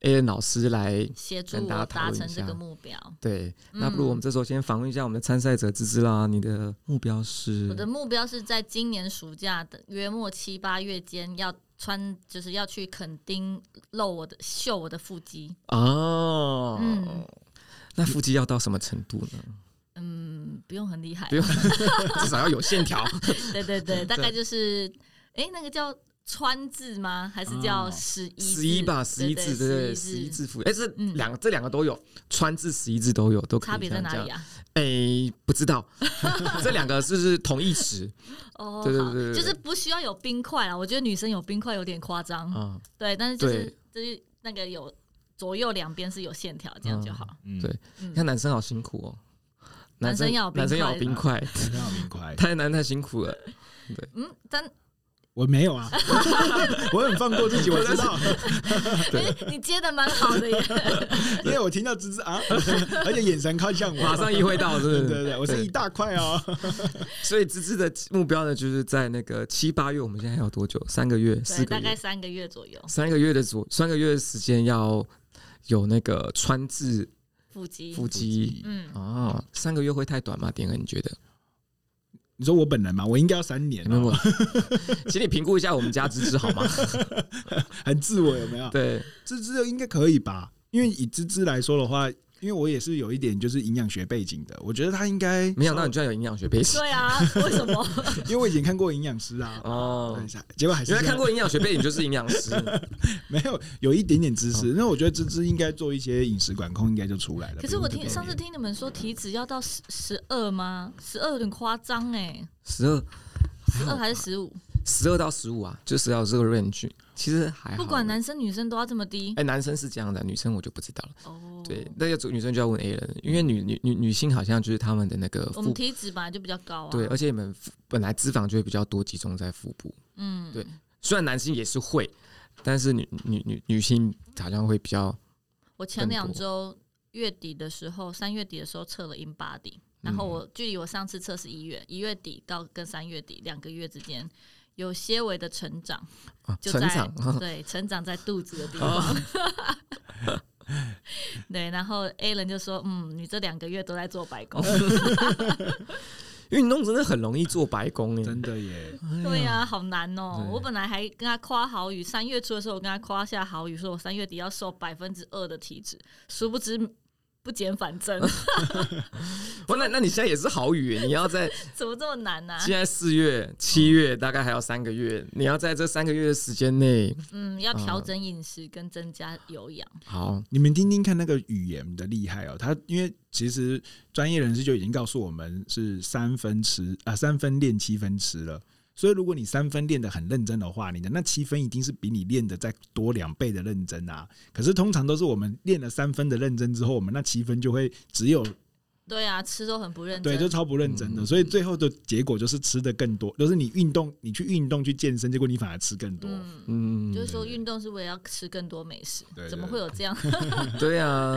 S3: A N 老师来。
S2: 协助
S3: 跟大
S2: 我
S3: 家讨
S2: 达
S3: 论一
S2: 成这
S3: 下
S2: 个目标。
S3: 对，那不
S2: 嗯
S3: 如我们这时候先访问一下我们的参赛者芝芝啦，你的目标是？
S2: 我的目标是在今年暑假的约莫七八月间要穿，就是要去垦丁露我的秀我的腹肌。
S3: 哦，
S2: 嗯
S3: 那腹肌要到什么程度 呢？
S2: 嗯，不用很厉害
S3: 不，用，至少要有线条。
S2: 对对 对，大概就是，诶，那个叫川字吗？还是
S1: 哦
S2: 叫十一？
S3: 十一吧，十一字，对对对，十
S2: 十
S3: 一
S2: 一字。
S3: 字符，哎，这
S2: 嗯
S3: 两个这两个都有，川字十一字都有，都可以
S2: 差别在哪里
S3: 啊？
S2: 啊？
S3: 哎，不知道， 这两个是不是同义词
S2: 哦，
S3: 对对
S2: 好
S3: 对对对
S2: 就是不需要有冰块啦。我觉得女生有冰块有点夸张，
S3: 啊？
S2: 对，但是就是
S3: 对
S2: 就是那个有左右两边是有线条，这样就好。
S1: 嗯
S3: 对
S2: 嗯
S3: 你看男生好辛苦哦，
S2: 男生要有冰块
S3: 男生要有冰块，
S1: 真的好明快。
S3: 太难太辛苦了。
S2: 嗯，但
S1: 我没有啊，我很放过自己，我知 道，
S2: 哎，你接的蛮好 的耶，
S1: 因为我听到吱吱啊， 而且眼神看向我，
S3: 马上意会到，是
S1: 对
S3: 不是？
S1: 对对，我是一大块哦，
S3: 所以芝芝的目标呢，就是在那个七八月，我们现在还有多久？三个月、四
S2: 对，
S3: 个
S2: 大概
S3: 月、
S2: 三个月左右，
S3: 三个月的左三个月的时间要有那个穿刺
S2: 腹肌，
S3: 腹肌
S2: 嗯，
S3: 哦，三个月会太短吗？点哥，你觉得？
S1: 你说我本人嘛，我应该要三年
S3: 没有
S1: 哦，
S3: 问题请你评估一下我们家芝芝好吗？
S1: 很自我有没有？
S3: 对，
S1: 芝芝应该可以吧？因为以芝芝来说的话，因为我也是有一点就是营养学背景的，我觉得他应该
S3: 没想到你居然有营养学背景
S2: 对啊，为什 么？
S1: 因为我以前看过营养师啊，
S3: 哦
S1: 对，结果还是
S3: 原来看
S1: 要
S3: 过营养学背景就是营养师，
S1: 没有有一点点知识。那我觉得芝芝应该做一些饮食管控，应该就出来了。
S2: 哦可是我听
S1: 不用特
S2: 上
S1: 别
S2: 次听你们说体脂要到十十二吗？十二有点夸张哎，
S3: 十二
S2: 十二还是十五？
S3: 十二到十五啊，就十二这个 range，其实还好
S2: 不管。男生女生都要这么低
S3: 哎、男生是这样的，女生我就不知道了。
S2: 哦。
S3: 对，那要女生就要问 A 人，因为女女女女性好像就是她们的那个
S2: 嗯我们
S3: 腹，
S2: 体脂本来就比较高啊。
S3: 对，而且你们腹本来脂肪就会比较多集中在腹部，
S2: 嗯，
S3: 对虽然男性也是会，但是女女女女性好像会比较
S2: 我前
S3: 更
S2: 两
S3: 多
S2: 周月底的时候，三月底的时候测了 in body，然
S3: 嗯
S2: 后我距离我上次测是一月，一月底到跟三月底两个月之间有些微的成长，
S3: 啊
S2: 就
S3: 成
S2: 在
S3: 长。
S2: 对成长在肚子的地方。 对，然后 A 人就说：“嗯，你这两个月都在做白工。
S3: 运动真的很容易做白工哎、
S1: 真的耶，
S2: 对呀、好难哦、
S3: 对
S2: 我本来还跟他夸好语，三月初的时候我跟他夸下好语，说我三月底要瘦百分之二的体脂，殊不知不减反增，
S3: 哇，哦那那你现在也是好语欸，你要在
S2: 怎么这么难 呢、啊？
S3: 现在四月、七月，大概还有三个月，你要在这三个月的时间内，
S2: 嗯，要调整饮食跟增加有氧。
S3: 好，
S1: 你们听听看那个语言的厉害哦。他因为其实专业人士就已经告诉我们是三分吃啊，三分练七分吃了。所以如果你三分练得很认真的话，你的那七分一定是比你练的再多两倍的认真啊。可是通常都是我们练了三分的认真之后，我们那七分就会只有
S2: 对啊，吃都很不认
S1: 对，
S2: 真。
S1: 就超不认
S3: 嗯
S1: 真的，所以最后的结果就是吃的更多，就是你运动，你去运动去健身，结果你反而吃更多。
S2: 嗯，
S3: 嗯，
S2: 就是说运动是为了要吃更多美食，
S1: 对对
S2: 怎么会有这样？
S3: 对啊，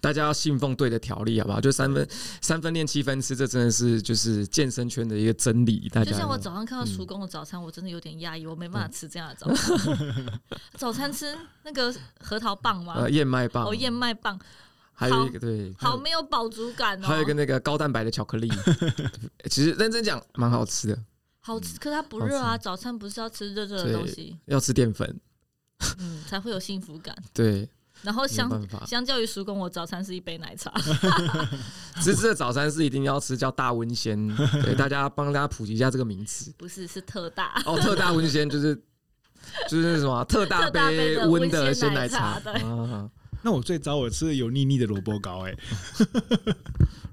S3: 大家要信奉对的条例，好不好？就三分三分练七分吃，这真的是就是健身圈的一个真理。大家
S2: 就像我早上看到
S3: 嗯
S2: 叔公的早餐，我真的有点压抑，我没办法吃这样的早餐。 早餐吃那个核桃棒吗
S3: 呃？燕麦棒，
S2: 哦，燕麦棒，
S3: 还有一个对，
S2: 好没有饱足感哦。
S3: 还有一个那个高蛋白的巧克力，其实认真讲蛮好吃的，
S2: 好
S3: 嗯
S2: 吃，可它不热啊。早餐不是要吃热热的东西，
S3: 要吃淀粉，
S2: 嗯，才会有幸福感。
S3: 对，
S2: 然后
S3: 没有
S2: 相
S3: 办法。
S2: 相较于叔公，我早餐是一杯奶茶。
S3: 芝芝的早餐是一定要吃，叫大温 鲜，对，大家帮大家普及一下这个名词。
S2: 不是，是特大。
S3: 哦，特大温鲜就是就是什 么啊特大
S2: 特大杯
S3: 杯
S2: 的
S3: 温
S2: 温
S3: 的
S2: 鲜
S3: 鲜
S2: 奶
S3: 奶茶
S2: 茶对
S3: 啊，
S1: 那我最早我吃的油腻腻的萝卜糕、哎，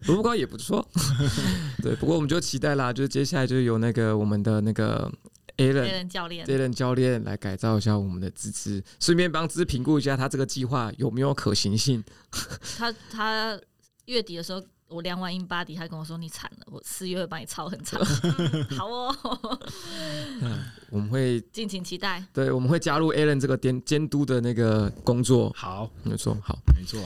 S3: 萝卜糕也不错。 对，不过我们就期待啦，就是接下来就由那个我们的那个
S2: A
S3: Alan
S2: 人教练，
S3: Alan 教练来改造一下我们的芝芝，顺便帮芝芝评估一下他这个计划有没有可行性。
S2: 他他月底的时候，我量完英巴迪，他跟我说你惨了，我四月会把你超 很惨。嗯好哦，
S3: 我们会
S2: 敬请期待。
S3: 对，我们会加入 Alan 这个监监督的那个工作。
S1: 好，
S3: 没错，好。
S1: 没错，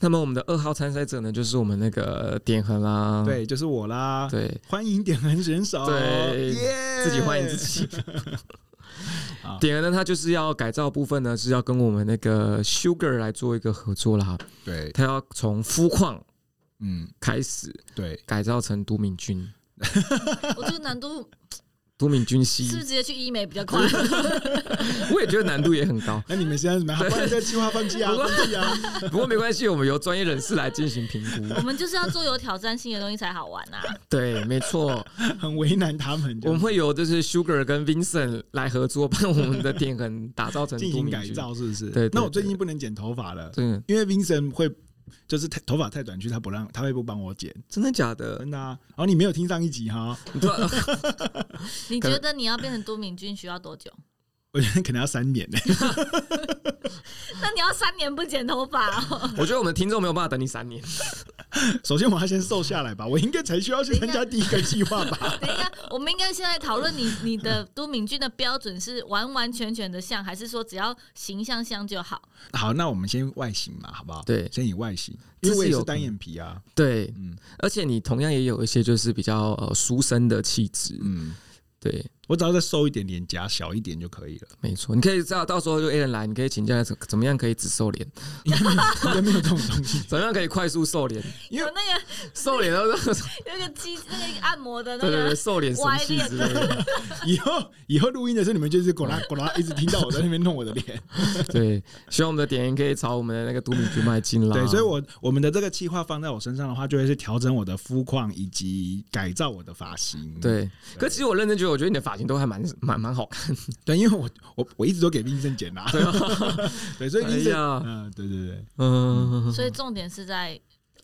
S3: 那么我们的二号参赛者呢，就是我们那个点恒啦，
S1: 对，就是我啦。
S3: 对，
S1: 欢迎点很人少，
S3: 对
S1: 耶
S3: 自己欢迎自。 己
S1: 好。
S3: 点恒呢，他就是要改造部分呢，是要跟我们那个 Sugar 来做一个合作啦。
S1: 对，
S3: 他要从肤况
S1: 嗯，
S3: 开始
S1: 对，。
S3: 改造成都敏君，
S2: 我觉得难度
S3: 都敏君
S2: 是不是
S3: 烯，
S2: 直接去医美比较快？
S3: 我也觉得难度也很高
S1: 那你们现在怎么样？把这个计划放弃啊，
S3: 不过
S1: 放弃啊！
S3: 不过没关系，我们由专业人士来进行评估。
S2: 我们就是要做有挑战性的东西才好玩啊！
S3: 对，没 错，
S1: 很为难他们，
S3: 我
S1: 就
S3: 们会由就是 Sugar 跟 Vincent 来合作，帮我们的点恒打造成
S1: 进
S3: 都
S1: 行
S3: 敏
S1: 改
S3: 君。
S1: 造，是不是？
S3: 对对
S1: 那我最近不能剪头发了，
S3: 对，
S1: 因为 Vincent 会就是太头发太短去，他不让，他会不帮我剪，
S3: 真的假的？
S1: 真的啊。然后你没有听上一集哈，
S3: 你突然
S2: 你
S3: 可
S2: 觉得你要变成都敏君需要多久？
S1: 我觉得可能要三年呢。
S2: 那你要三年不剪头发、哦，哦
S3: 我觉得我们听众没有办法等你三年，
S1: 首先我要先瘦下来吧，我应该才需要去参加第一个计划吧。
S2: 等一下，我们应该现在讨论你你的都敏俊的标准是完完全全的像，还是说只要形象像就好？
S1: 好，那我们先外形嘛，好不好？
S3: 对嗯
S1: 先以外形，
S3: 这
S1: 因
S3: 是
S1: 为我也
S3: 有
S1: 是单眼皮啊。
S3: 对，
S1: 嗯
S3: 而且你同样也有一些就是比较呃书生的气质，
S1: 嗯，
S3: 对，
S1: 我只要再瘦一点，脸颊小一点就可以了，
S3: 没错，你可以知道到时候就 A 人来，你可以请教他怎怎么样可以只瘦脸，
S1: 嗯应该没有这种东西。
S3: 怎么样可以快速瘦脸，
S1: 因
S2: 有
S1: 为
S2: 那个
S3: 瘦脸都 是
S2: 有一个机那个按摩的那
S3: 对对对，
S2: 个，
S3: 瘦脸神器之类的，
S1: 以后以后录音的时候，你们就是果啦果啦一直听到我在那边弄我 的脸。
S3: 对，希望我们的点映可以朝我们的那个都敏俊迈进啦。
S1: 对，所以我我们的这个计划放在我身上的话，就会是调整我的肤况以及改造我的发型。
S3: 对，可其实我认真觉得，我觉得你的发型都还蛮 蛮蛮好看。
S1: 对，因为我我我一直都给医生剪啦、对 所以医
S3: 啊哎
S1: 生，
S3: 呀
S1: 嗯、对对对，
S3: 嗯，
S2: 所以重点是在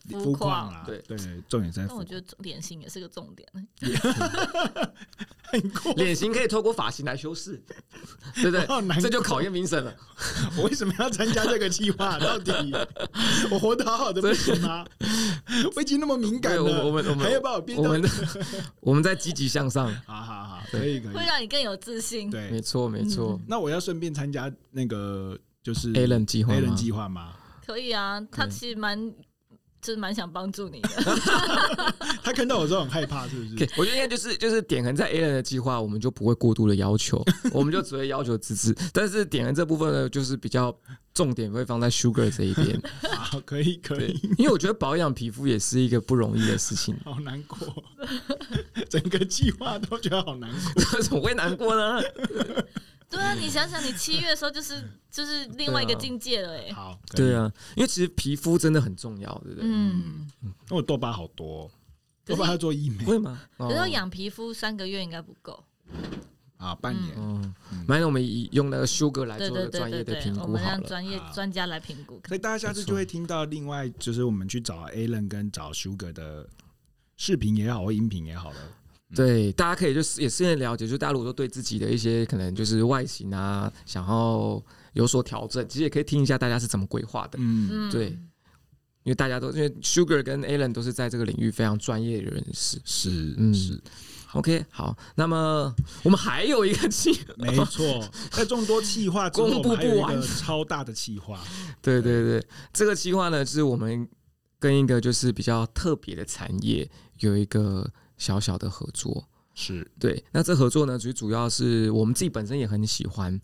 S1: 肤
S2: 肤
S1: 况啊
S2: 况。
S1: 啦，
S3: 对
S1: 对，重点在
S2: 但
S1: 肤
S2: 我。觉得脸型也是个重点。
S1: 很酷，
S3: 脸型可以透过发型来修饰，对不
S1: 好哦难
S3: 对？
S1: 过
S3: 这就考验评审了。
S1: 我为什么要参加这个计划？到 底我活得好好的不行吗？我已经那么敏感
S3: 对，
S1: 了，
S3: 我我们我们
S1: 还要把我变
S3: 我
S1: 到
S3: 们的 我们在积极向上，
S1: 好好好，可以可
S2: 会
S1: 以，
S2: 让你更有自信。
S3: 没
S1: 对。
S3: 错没错。
S2: 嗯
S1: 那我要顺便参加那个就是
S3: A 人计划吗
S1: A 人计划吗？
S2: 可以啊，他
S3: 可以
S2: 其实蛮就是蛮想帮助你的。
S1: 他看到我之后很害怕，是不是？
S3: OK，我觉得应该就是就是点恒在 A 人的计划，我们就不会过度的要求，我们就只会要求资质。但是点恒这部分呢，就是比较重点会放在 Sugar 这一边，
S1: 好，可以可
S3: 对
S1: 以，，，
S3: 因为我觉得保养皮肤也是一个不容易的事情
S1: 好难过， 整个计划都觉得好难过。
S3: 怎么会难过呢？
S2: 对啊，你想想，你七月的时候就是就是另外一个
S3: 嗯对啊
S2: 境界了哎、
S1: 好，可以
S3: 对，啊，因为其实皮肤真的很重要，对不对？
S2: 嗯，
S1: 那我痘疤好多哦，
S2: 可
S1: 痘
S2: 是
S1: 疤要做医美
S3: 会吗？哦
S2: 可是要养皮肤三个月应该不够。
S1: 啊，半年。
S3: 嗯，反正我们以用那个修格来
S2: 对
S3: 做
S2: 对
S3: 个
S2: 对
S3: 专业
S2: 对
S3: 的
S2: 对
S3: 评，
S2: 我
S3: 估
S2: 们
S3: 好
S2: 让
S3: 了。
S2: 专业
S1: 好
S2: 专家来评估。
S1: 所以大家下次就会听到另外就是我们去找 Alan 跟找 Sugar 的视频也好或音频也好了。
S3: 对，大家可以就是也是了解，就大家如果说对自己的一些可能就是外形啊，想要有所调整，其实也可以听一下大家是怎么规划的，
S1: 嗯，
S2: 嗯，
S3: 对因为大家都因为 Sugar 跟 Alan 都是在这个领域非常专业的人士。
S1: 是
S3: 嗯
S1: 是，
S3: OK，好，那么我们还有一个计，
S1: 没错。在众多企划之后，
S3: 公
S1: 我
S3: 布
S1: 们还有
S3: 不
S1: 一
S3: 完
S1: 个超大的企划，
S3: 对对对，这个计划呢，是我们跟一个就是比较特别的产业有一个小小的合作。
S1: 是
S3: 对，那这合作呢，主主要是我们自己本身也很喜欢，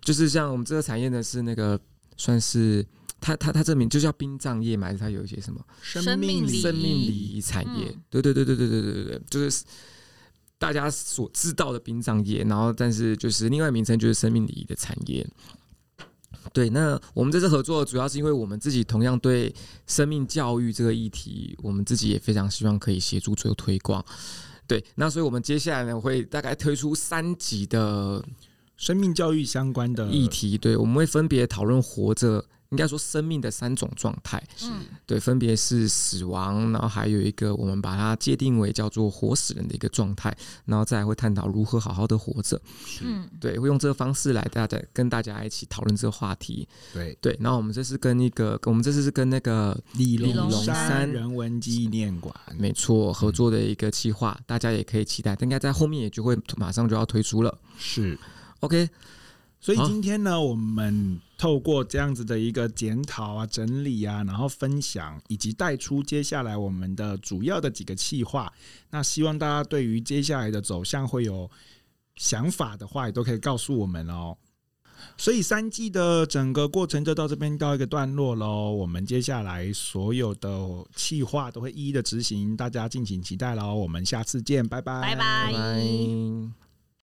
S3: 就是像我们这个产业呢是那个算是它它它这名就叫殡葬业嘛，还是它有一些什么
S2: 生命礼仪
S3: 生命礼仪产业
S2: 嗯？
S3: 对对对对对对对对对，就是大家所知道的殡葬业，然后但是就是另外名称就是生命礼仪的产业。对，那我们这次合作主要是因为我们自己同样对生命教育这个议题，我们自己也非常希望可以协助做推广。对，那所以我们接下来呢会大概推出三集的
S1: 生命教育相关的
S3: 议。题，对，我们会分别讨论活着，应该说生命的三种状态，
S2: 嗯，
S3: 对，分别是死亡，然后还有一个我们把它界定为叫做活死人的一个状态，然后再来会探讨如何好好的活着，
S2: 嗯
S3: 对，会用这个方式来大家跟大家一起讨论这个话题，
S1: 对，
S3: 对，然后我们这次跟一个，我们这次是跟那个
S1: 李
S2: 龙
S1: 龙
S2: 山
S1: 山人文纪念馆。
S3: 没错合作的一个计划，大家也可以期待，应该在后面也就会马上就要推出了
S1: 是，
S3: ，OK，
S1: 所以
S3: 好
S1: 今天呢，我们透过这样子的一个检讨啊、整理啊，然后分享，以及带出接下来我们的主要的几个计划。那希望大家对于接下来的走向会有想法的话，也都可以告诉我们哦。所以三季的整个过程就到这边到一个段落喽。我们接下来所有的计划都会一一的执行，大家敬请期待喽。我们下次见，拜拜，
S2: 拜拜
S3: 拜拜